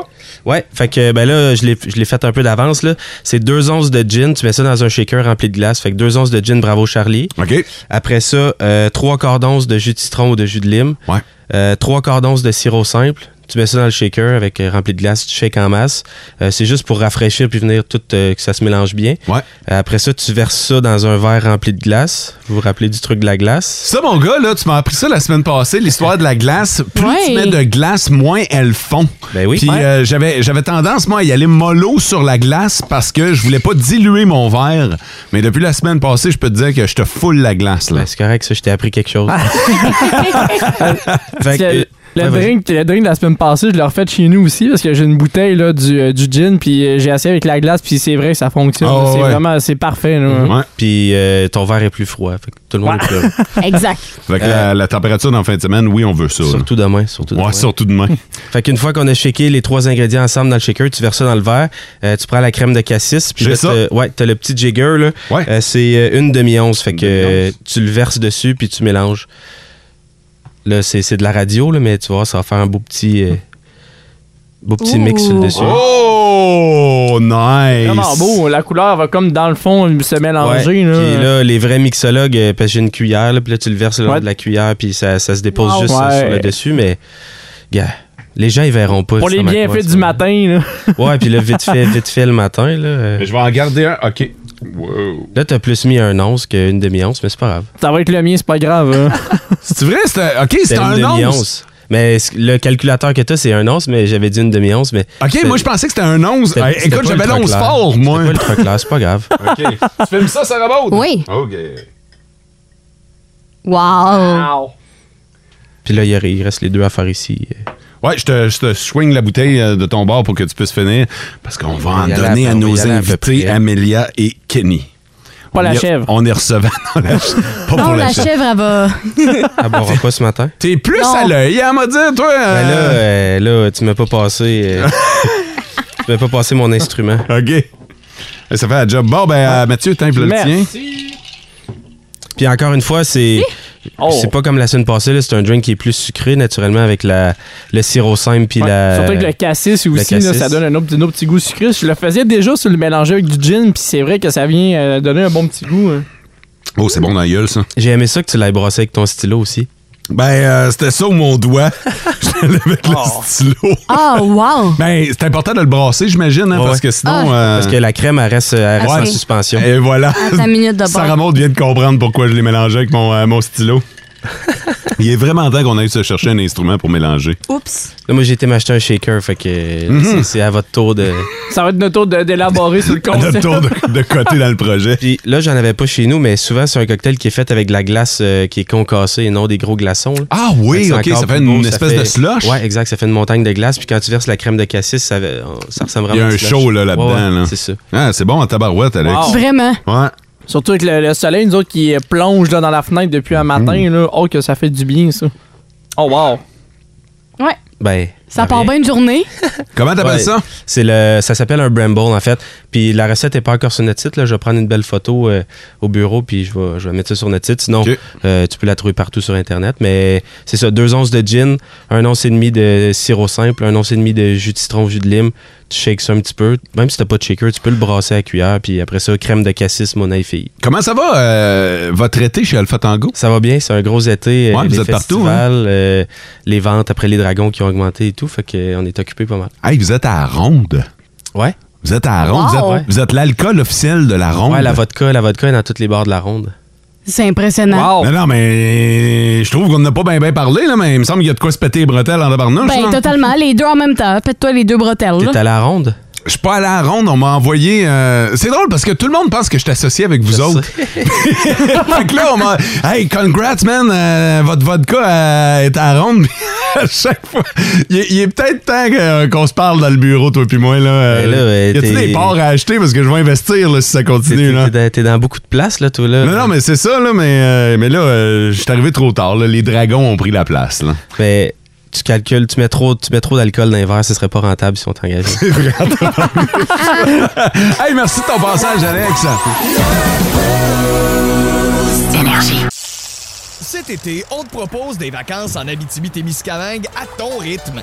Ouais, fait que ben là, je l'ai je l'ai fait un peu d'avance. là. C'est deux onces de gin, tu mets ça dans un shaker rempli de glace. Fait que deux onces de gin, bravo Charlie. OK. Après ça, euh, trois quarts d'once de jus de citron ou de jus de lime. Ouais. Euh, trois quarts d'once de sirop simple. Tu mets ça dans le shaker avec euh, rempli de glace, tu shakes en masse. Euh, c'est juste pour rafraîchir puis venir tout euh, que ça se mélange bien. Euh, après ça, tu verses ça dans un verre rempli de glace. Vous vous rappelez du truc de la glace? Ça, mon gars, là, tu m'as appris ça la semaine passée, l'histoire de la glace. Plus tu mets de glace, moins elle fond. Ben oui. Puis euh, j'avais, j'avais tendance, moi, à y aller mollo sur la glace parce que je voulais pas diluer mon verre. Mais depuis la semaine passée, je peux te dire que je te foule la glace. Là. Ben, c'est correct, ça, je t'ai appris quelque chose. Parce que le, drink, le drink de la semaine passée, je l'ai refait chez nous aussi parce que j'ai une bouteille là, du, euh, du gin, puis euh, j'ai essayé avec la glace, puis c'est vrai que ça fonctionne. Ah, là. c'est ouais. vraiment c'est parfait. là. Mhm. Puis euh, ton verre est plus froid. Fait que tout le monde est plus heureux. Exact. Fait que la, la température dans la fin de semaine, oui, on veut ça. Euh, Surtout demain. Surtout demain. Ouais, surtout demain. Fait qu'une fois qu'on a shaké les trois ingrédients ensemble dans le shaker, tu verses ça dans le verre, euh, tu prends la crème de cassis, puis J'ai là, ça. t'as- ouais, t'as le petit jigger, là. Euh, c'est euh, une demi-once, fait que euh, tu le verses dessus, puis tu mélanges. Là, c'est c'est de la radio, là, mais tu vois, ça va faire un beau petit, euh, beau petit mix sur le dessus. Oh, nice! Vraiment beau. La couleur va comme dans le fond se Ouais. mélanger. là. Puis là, les vrais mixologues, euh, parce que j'ai une cuillère, là, puis là, tu le verses le long Ouais. de la cuillère, puis ça, ça se dépose Wow. juste euh, Ouais. sur le dessus, mais, gars, les gens, ils verront pas. Pour c'est les comme- ouais, bienfaits c'est- du matin. là. Ouais, puis là, vite fait, vite fait le matin, là. euh. Je vais en garder un, ok. Là, t'as plus mis un once qu'une demi-once, mais c'est pas grave. Ça va être le mien, c'est pas grave. hein. C'est vrai, c'est un- ok, c'est C'était un une once. demi-once. Mais c- le calculateur que t'as, c'est un once, mais j'avais dit une demi-once, mais. Ok, moi je pensais que c'était un 11. C'était- c'était écoute, pas j'avais ultra l'once clair. fort, moi. C'était pas ultra clair, c'est pas grave. OK. Tu filmes ça, Sarah Maud? Oui. OK. Wow. Puis là, il y a- il reste les deux à faire ici. euh, Ouais, je te, je te swing la bouteille euh, de ton bord pour que tu puisses finir, parce qu'on va en y aller donner à- à on va y aller nos à peu invités, près. Amelia et Kenny. Pas On la y- chèvre. On est recevant. Non, la ch- pas Non, pour la, la chèvre. chèvre, elle va. Elle boira Ah, pas ce matin. T'es plus Non. à l'œil, hein, m'a dit, toi. Mais là, euh, euh, là, tu m'as pas passé. euh, tu m'as pas passé mon instrument. OK. Ça fait un job. Bon, ben, euh, Mathieu, t'as un peu le tien. Puis encore une fois, c'est. C'est pas comme la semaine passée, là, c'est un drink qui est plus sucré, naturellement, avec la, le sirop simple. Puis la, Surtout avec le cassis le aussi, là, cassis. ça donne un autre, un autre petit goût sucré. Je le faisais déjà sur le mélanger avec du gin, puis c'est vrai que ça vient euh, donner un bon petit goût. hein. Oh, c'est bon dans la gueule, ça. J'ai aimé ça que tu l'aies brossé avec ton stylo aussi. Ben, euh, c'était ça ou mon doigt. Je l'avais avec Oh. le stylo. Ah, wow. Ben, c'est important de le brasser, j'imagine, hein, Ouais, parce ouais. que sinon. Ah. euh, Parce que la crème, elle reste, elle reste Ouais. en suspension. Et voilà. À ta minute de Sarah bord. Maud vient de comprendre pourquoi je l'ai mélangé avec mon, euh, mon stylo. Il est vraiment temps qu'on aille se chercher un instrument pour mélanger. Oups. Là, moi, j'ai été m'acheter un shaker, fait que euh, Mhm. c'est- c'est à votre tour de. Ça va être notre tour de- d'élaborer sur le Le concept. tour de, de côté dans le projet. Puis là, j'en avais pas chez nous, mais souvent, c'est un cocktail qui est fait avec de la glace euh, qui est concassée et non des gros glaçons. là. Ah oui, c'est ok, encore ça fait plus une beau, espèce de slush. Ouais, exact, ça fait une montagne de glace. Puis quand tu verses la crème de cassis, ça, euh, ça ressemble Il y vraiment a à un slush. show là, Ouais, là-dedans. ouais, là. C'est ça. Ah, c'est bon en tabarouette, Alex. Wow. Vraiment. Ouais. Surtout avec le, le soleil, nous autres qui euh, plonge là, dans la fenêtre depuis un Mm-hmm. matin. Là. Oh, que ça fait du bien, ça. Oh, wow. Ouais. Ben. Ça part bien une journée. Comment t'appelles Ouais. ça? C'est le, ça s'appelle un bramble en fait. Puis la recette est pas encore sur notre site. Là. Je vais prendre une belle photo euh, au bureau puis je vais, je vais mettre ça sur notre site. Sinon, euh, tu peux la trouver partout sur internet. Mais c'est ça, deux onces de gin, un once et demi de sirop simple, un once et demi de jus de citron, jus de lime. Tu shakes ça un petit peu. Même si t'as pas de shaker, tu peux le brasser à cuillère. Puis après ça, crème de cassis, mon fille. Comment ça va, euh, votre été chez Alpha Tango? Ça va bien, c'est un gros été. Ouais, les vous êtes partout, hein? festivals, euh, les ventes après les dragons qui ont augmenté et tout. Fait qu'on est occupé pas mal. Hey, vous êtes à la ronde. Ouais. Vous êtes Ah à la ronde. Wow. Vous êtes, vous êtes l'alcool officiel de la ronde. Ouais, la vodka, la vodka est dans toutes les bars de la ronde. C'est impressionnant. Non, non, mais je trouve qu'on n'a pas bien bien parlé, là, mais il me semble qu'il y a de quoi se péter les bretelles en tabarnouche. Ben, là. totalement. Les deux en même temps. Pète-toi les deux bretelles. là. T'es à la ronde? Je suis pas allé à la ronde, on m'a envoyé. euh, C'est drôle parce que tout le monde pense que je t'associe avec vous autres. fait que là, on m'a. Hey, congrats, man, euh, votre vodka euh, est à la ronde. à chaque fois. Il est, il est peut-être temps que, euh, qu'on se parle dans le bureau, toi puis moi. Là, Euh, Ben là, euh, y a-tu t'es- des parts à acheter parce que je vais investir là, si ça T'es- continue? Là. T'es dans- t'es dans beaucoup de places, là, toi, là. Non, non, mais c'est ça, là, mais, euh, mais là, euh, je suis arrivé trop tard. là. Les dragons ont pris la place. Là. Mais tu calcules, tu mets trop, tu mets trop d'alcool dans les verres, ce serait pas rentable si on t'engageait. hey, merci de ton passage, Alex. Énergie. Cet été, on te propose des vacances en Abitibi-Témiscamingue à ton rythme.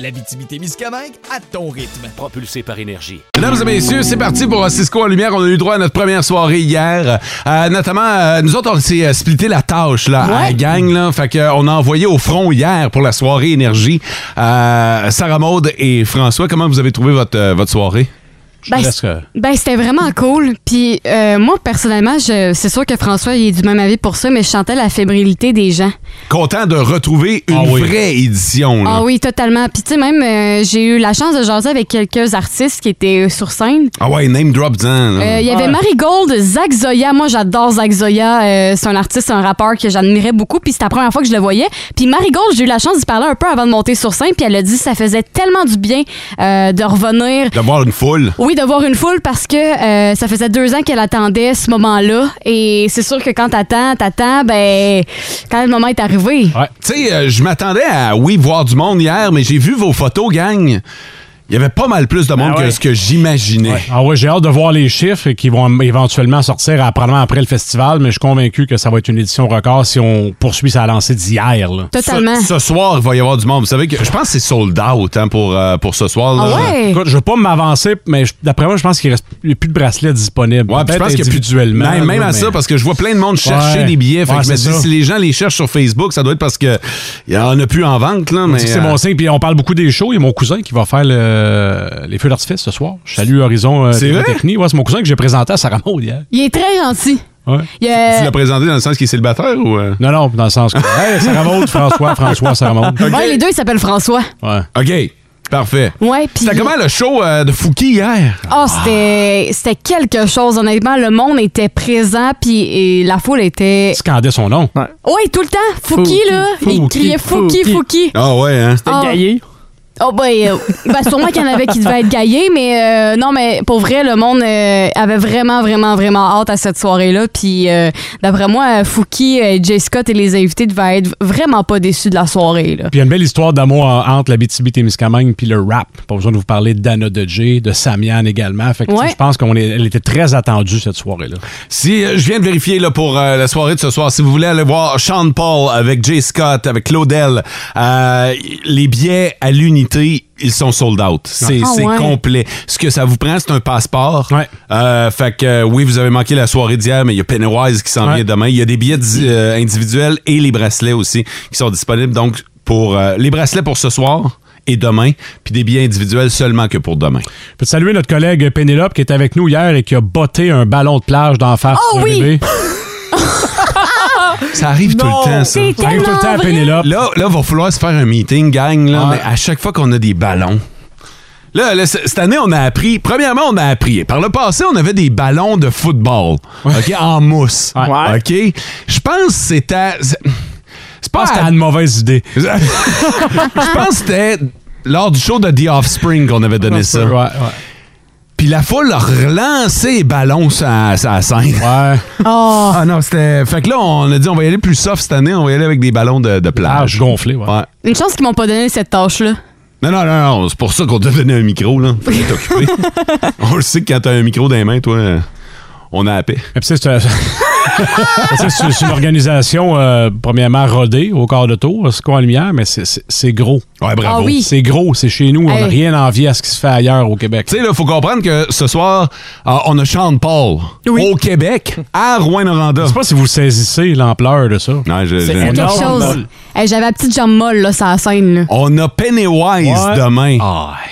La Miscamingue à ton rythme. Propulsé par énergie. Mesdames et messieurs, c'est parti pour euh, Cisco en lumière. On a eu droit à notre première soirée hier. Euh, notamment, euh, nous autres, on s'est euh, splitté la tâche là, à la gang. Là. Fait que, euh, on a envoyé au front hier pour la soirée énergie. Euh, Sarah Maude et François, comment vous avez trouvé votre, euh, votre soirée? Ben, euh, c'est- ben, c'était vraiment cool. Puis euh, moi, personnellement, je- c'est sûr que François, il est du même avis pour ça, mais je sentais la fébrilité des gens. Content de retrouver une vraie édition. là. Ah oui, totalement. Puis tu sais, même, euh, j'ai eu la chance de jaser avec quelques artistes qui étaient euh, sur scène. Ah ouais, name drop dans. Euh, Il y avait Marigold, Zach Zoya. Moi, j'adore Zach Zoya. Euh, c'est un artiste, un rappeur que j'admirais beaucoup. Puis c'était la première fois que je le voyais. Puis Marigold, j'ai eu la chance d'y parler un peu avant de monter sur scène. Puis elle a dit que ça faisait tellement du bien euh, de revenir D'avoir une foule. oui, de voir une foule parce que euh, ça faisait deux ans qu'elle attendait ce moment-là. Et c'est sûr que quand t'attends, t'attends, ben, quand le moment est arrivé. Tu sais, euh, je m'attendais à, oui, voir du monde hier, mais j'ai vu vos photos, gang. Il y avait pas mal plus de monde que ce que j'imaginais. Ah ouais, j'ai hâte de voir les chiffres qui vont éventuellement sortir à- probablement après le festival, mais je suis convaincu que ça va être une édition record si on poursuit sa lancée d'hier. là. Ce, ce soir, il va y avoir du monde. Vous savez que je pense que c'est sold out hein, pour, euh, pour ce soir. Ah là. Écoute, je veux pas m'avancer, mais je- d'après moi, je pense qu'il reste il y a plus de bracelets disponibles. Ouais, puis Peut-être je pense qu'il y a plus de- individuellement. Ben, Même, même là, à mais- ça, parce que je vois plein de monde chercher Ouais. des billets. Fait Ouais, que je me c'est dis, ça. si les gens les cherchent sur Facebook, ça doit être parce qu'il y en a plus en vente. Là, On mais, dit que C'est euh, mon signe. Puis on parle beaucoup des shows. Il y a mon cousin qui va faire le- les feux d'artifice ce soir. Je salue Horizon euh, C'est vrai? Technie. Ouais, c'est mon cousin que j'ai présenté à Sarah Maud hier. Il est très gentil. Il y a- Tu l'as présenté dans le sens qu'il est célibataire ou. euh? Non, non, dans le sens que. Hey, Sarah Maud, François, François, Sarah Maud. Ouais, les deux, ils s'appellent François. Ouais. OK. Parfait. Ouais, puis. C'était comment le show euh, de Fouki hier? Oh, c'était c'était quelque chose, honnêtement. Le monde était présent, puis et la foule était. Scandait son nom. Oui, tout le temps. Fouki, Fouki, là. Il Fouki, criait Fouki, Fouki. Fouki. Ah ouais, hein? Ah. Oh, ben, euh, ben, sûrement qu'il y en avait qui devaient être gaillés, mais euh, non, mais pour vrai, le monde euh, avait vraiment, vraiment, vraiment hâte à cette soirée-là. Puis, euh, d'après moi, euh, Fouki, euh, Jay Scott et les invités devaient être vraiment pas déçus de la soirée. Là. Puis il y a une belle histoire d'amour en- entre la BTB Témiscamingue puis le rap. Pas besoin de vous parler d'Anna de Jay, de Samian également. Fait que tu sais, Ouais. je pense qu'on est- elle était très attendue cette soirée-là. Si euh, je viens de vérifier là, pour euh, la soirée de ce soir, si vous voulez aller voir Sean Paul avec Jay Scott, avec Claudel, euh, les billets à l'unité, ils sont sold out. C'est Ah c'est ouais. complet. Ce que ça vous prend, c'est un passeport. Euh, fait que euh, oui, vous avez manqué la soirée d'hier, mais il y a Pennywise qui s'en vient demain. Il y a des billets di- euh, individuels et les bracelets aussi qui sont disponibles. Donc, pour euh, les bracelets pour ce soir et demain, puis des billets individuels seulement que pour demain. Je peux te saluer notre collègue Pénélope qui était avec nous hier et qui a botté un ballon de plage d'en face Oh d'un oui! bébé. Ça arrive tout le temps, ça. c'est Ça arrive tout le temps à tellement vrai. Pénélope. Là, là, va falloir se faire un meeting, gang, là, Ouais. mais à chaque fois qu'on a des ballons. Là, là, c- cette année, on a appris. Premièrement, on a appris. Par le passé, on avait des ballons de football. OK? En mousse. OK? Je pense que c'était. c'est- C'est pas. c'était une mauvaise idée. Je pense que c'était lors du show de The Offspring qu'on avait donné ça. Ouais, ouais. Puis la foule a relancé les ballons sur la sur la scène. Ouais. Ah non, c'était. Fait que là, on a dit on va y aller plus soft cette année, on va y aller avec des ballons de, de Ah, plage. gonflés, ouais. Une chance qu'ils m'ont pas donné cette tâche-là. Non, non, non, non, c'est pour ça qu'on t'a donné un micro, là. Faut être occupé. on le sait que quand t'as un micro dans les mains, toi, euh, on a la paix. Mais tu sais, c'est un- Tu sais, c'est c'est une organisation, euh, premièrement, rodée au quart de tour, c'est quoi en lumière, mais c'est- c'est c'est gros. Ouais, bravo. Ah oui. C'est gros, c'est chez nous, on n'a Hey. rien à envier à ce qui se fait ailleurs au Québec. Tu sais, là, faut comprendre que ce soir, euh, on a Sean Paul au Québec, à Rouen-Noranda. Je sais pas si vous saisissez l'ampleur de ça. Non, je, C'est je- quelque Ah chose. Hey, J'avais la petite jambe molle, là, sur la scène. Là. On a Pennywise Ouais. Ah, demain.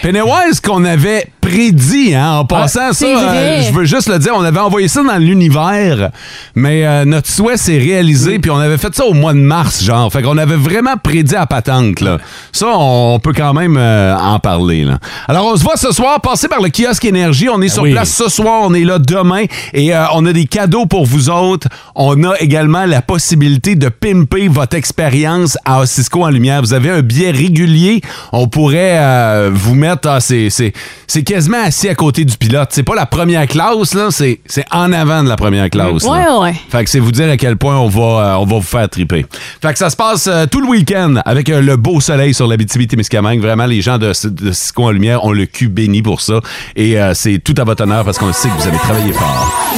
Pennywise qu'on avait prédit, hein, en passant ça. c'est vrai. euh, je veux juste le dire, on avait envoyé ça dans l'univers, mais euh, notre souhait s'est réalisé, puis on avait fait ça au mois de mars, genre. Fait qu'on avait vraiment prédit à patente, là. Ça, on peut quand même euh, en parler, là. Alors, on se voit ce soir, passez par le kiosque énergie. Ben On est sur oui. place ce soir, on est là demain, et euh, on a des cadeaux pour vous autres. On a également la possibilité de pimper votre expérience à Ossisco en lumière. Vous avez un billet régulier, on pourrait euh, vous mettre, ah, c'est- c'est c'est quasiment assis à côté du pilote. C'est pas la première classe, là, c'est c'est en avant de la première classe. là. Ouais, ouais. Fait que c'est vous dire à quel point on va, euh, on va vous faire triper. Fait que ça se passe euh, tout le week-end avec euh, le beau soleil sur la témiscamingue Vraiment, les gens de, de Cisco en Lumière ont le cul béni pour ça. Et euh, c'est tout à votre honneur parce qu'on sait que vous avez travaillé fort.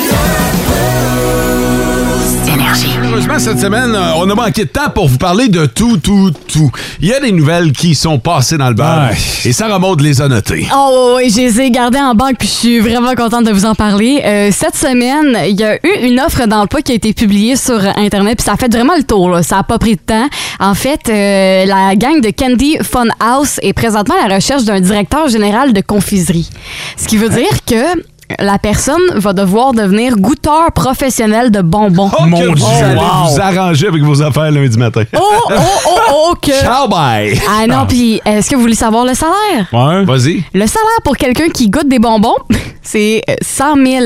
Énergie. Malheureusement, cette semaine, euh, on a manqué de temps pour vous parler de tout, tout, tout. Il y a des nouvelles qui sont passées dans le bar. Et Sarah Maud les a notées. Oh oui, je les ai gardés en banque, puis je suis vraiment contente de vous en parler. Euh, cette semaine, il y a eu une offre d'emploi qui a été publiée sur Internet, puis ça a fait vraiment le tour. là. Ça a pas pris de temps. En fait, euh, la gang de Candy Fun House est présentement à la recherche d'un directeur général de confiserie. Ce Hein? qui veut dire que la personne va devoir devenir goûteur professionnel de bonbons. Oh, que vous allez vous arranger avec vos affaires lundi matin. Oh, oh, oh, oh, que... Ciao, bye! Ah non, puis est-ce que vous voulez savoir le salaire? Ouais. Vas-y. Le salaire pour quelqu'un qui goûte des bonbons, c'est euh, 100 000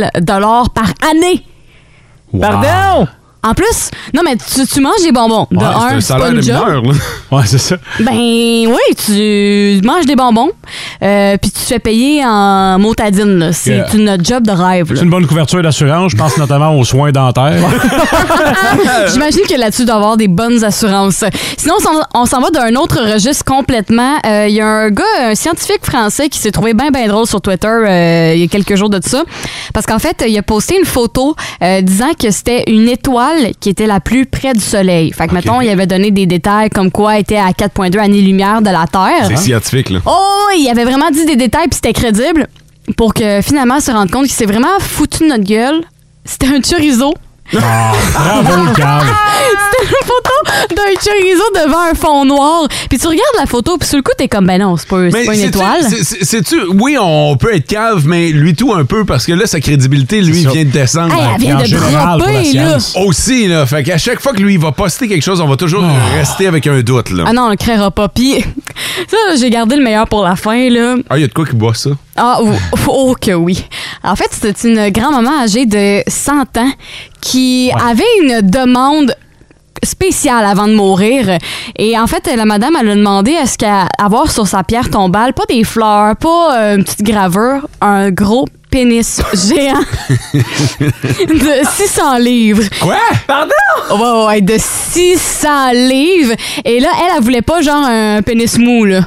par année. Pardon? En plus, non, mais tu, tu manges des bonbons. De Ouais, un, c'est pas une job. là. Ouais, c'est ça. Ben oui, tu manges des bonbons, euh, puis tu te fais payer en motadine. là. C'est Yeah. une job de rêve. là. C'est une bonne couverture d'assurance. Je pense notamment aux soins dentaires. J'imagine que là-dessus, doit avoir des bonnes assurances. Sinon, on s'en- on s'en va d'un autre registre complètement. Euh, Il y a un gars, un scientifique français, qui s'est trouvé bien, bien drôle sur Twitter euh, il y a quelques jours de ça. Parce qu'en fait, il a posté une photo euh, disant que c'était une étoile qui était la plus près du Soleil. Fait que, mettons, il avait donné des détails comme quoi elle était à 4,2 années-lumière de la Terre. C'est scientifique, là. Oh, il avait vraiment dit des détails puis c'était crédible pour que finalement se rende compte qu'il s'est vraiment foutu de notre gueule. C'était un chorizo. Ah, bravo, le gars. C'était une photo d'un chorizo devant un fond noir. Puis tu regardes la photo, puis sur le coup, t'es comme, ben non, c'est pas, c'est Mais pas une sais-tu- étoile. c'est- c'est- Sais-tu, oui, on peut être cave, mais lui tout un peu, parce que là, sa crédibilité, lui, vient de descendre. Hey, elle vient de dropper, là. Aussi, là. Fait qu'à chaque fois que lui, il va poster quelque chose, on va toujours rester avec un doute, là. Ah non, on le créera pas. Puis ça, j'ai gardé le meilleur pour la fin, là. Ah, il y a de quoi qui boit ça? Ah, ou- oh que oui. En fait, c'est une grand-maman âgée de 100 ans qui avait une demande spéciale avant de mourir. Et en fait, la madame, elle a demandé à ce qu'elle avoir sur sa pierre tombale, pas des fleurs, pas euh, une petite gravure, un gros pénis géant de 600 livres. Quoi? Pardon? Ouais, ouais, de 600 livres. Et là, elle, elle voulait pas genre un pénis mou, là.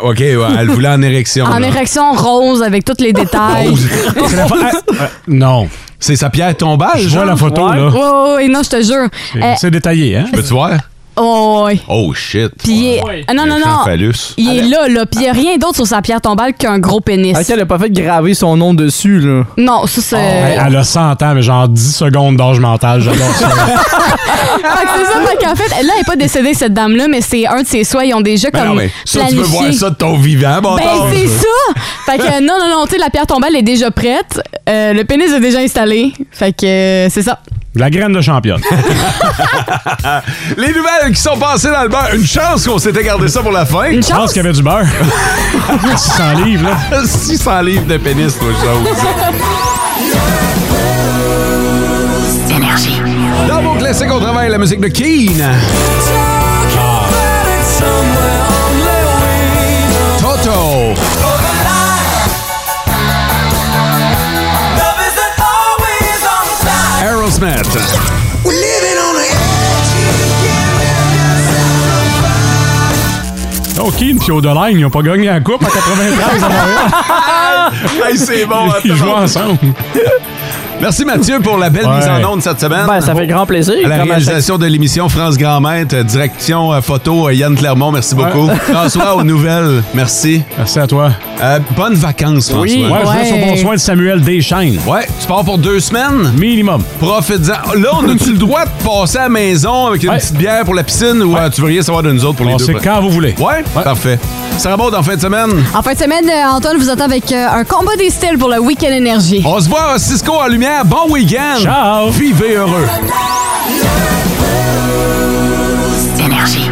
OK, ouais, elle voulait en érection. En là. érection rose avec tous les détails. C'est la fa- Euh, non. C'est sa pierre tombale, Je vois la photo, Ouais, là. ouais, ouais, non, je te jure. Euh, C'est détaillé, hein? Peux-tu voir? oh, ouais. Oh, shit. Puis il est- ah, non, non, Un non. phallus. Il est là, là. Puis il n'y a rien d'autre sur sa pierre tombale qu'un gros pénis. Ok, elle a pas fait graver son nom dessus, là. Non, ça, c'est. Ah. Hey, Elle a 100 ans, mais genre 10 secondes d'âge mental. J'adore ça. Fait que Ah, c'est ça, fait qu'en fait, là, elle n'est pas décédée, cette dame-là, mais c'est un de ses soins. Ils ont déjà Ben comme. non, mais ça, tu peux planifié. voir ça de ton vivant, bon Ben, c'est ça! Fait que, euh, non, non, non, tu sais, la pierre tombale est déjà prête. Euh, le pénis est déjà installé. Fait que, euh, c'est ça. La graine de championne. Les nouvelles qui sont passées dans le beurre. Une chance qu'on s'était gardé ça pour la fin. Une chance qu'il y avait du beurre. 600 livres, là. 600 livres de pénis, toi, Énergie. Dans vos classiques, on travaille la musique de Keane. Toto. Aerosmith. Donc, Keane puis Odeline, ils n'ont pas gagné la coupe en 93 à Montréal. Hey, c'est bon, Ils attends. jouent ensemble. Merci Mathieu pour la belle Ouais. mise en onde cette semaine. Ben, ça fait grand plaisir. À la Comme à chaque- réalisation de l'émission France Grand Maître, euh, direction euh, photo euh, Yann Clermont, merci beaucoup. François aux nouvelles, merci. Euh, Merci à toi. bonnes vacances, François. Oui, ouais, je suis sur bon soin de Samuel Deschaines. Ouais, tu pars pour deux semaines? Minimum. Profites-en. Là, on a-tu le droit de passer à la maison avec une petite bière pour la piscine ou euh, tu veux rien savoir de nous autres pour les Bon, deux? c'est quand vous voulez. Ouais? Parfait. Sarah Baud, en fin de semaine, En fin de semaine, euh, Antoine vous attend avec euh, un combat des styles pour le week-end énergie. on se voit à Cisco en lumière. Bon week-end! Ciao! Vivez heureux! Énergie.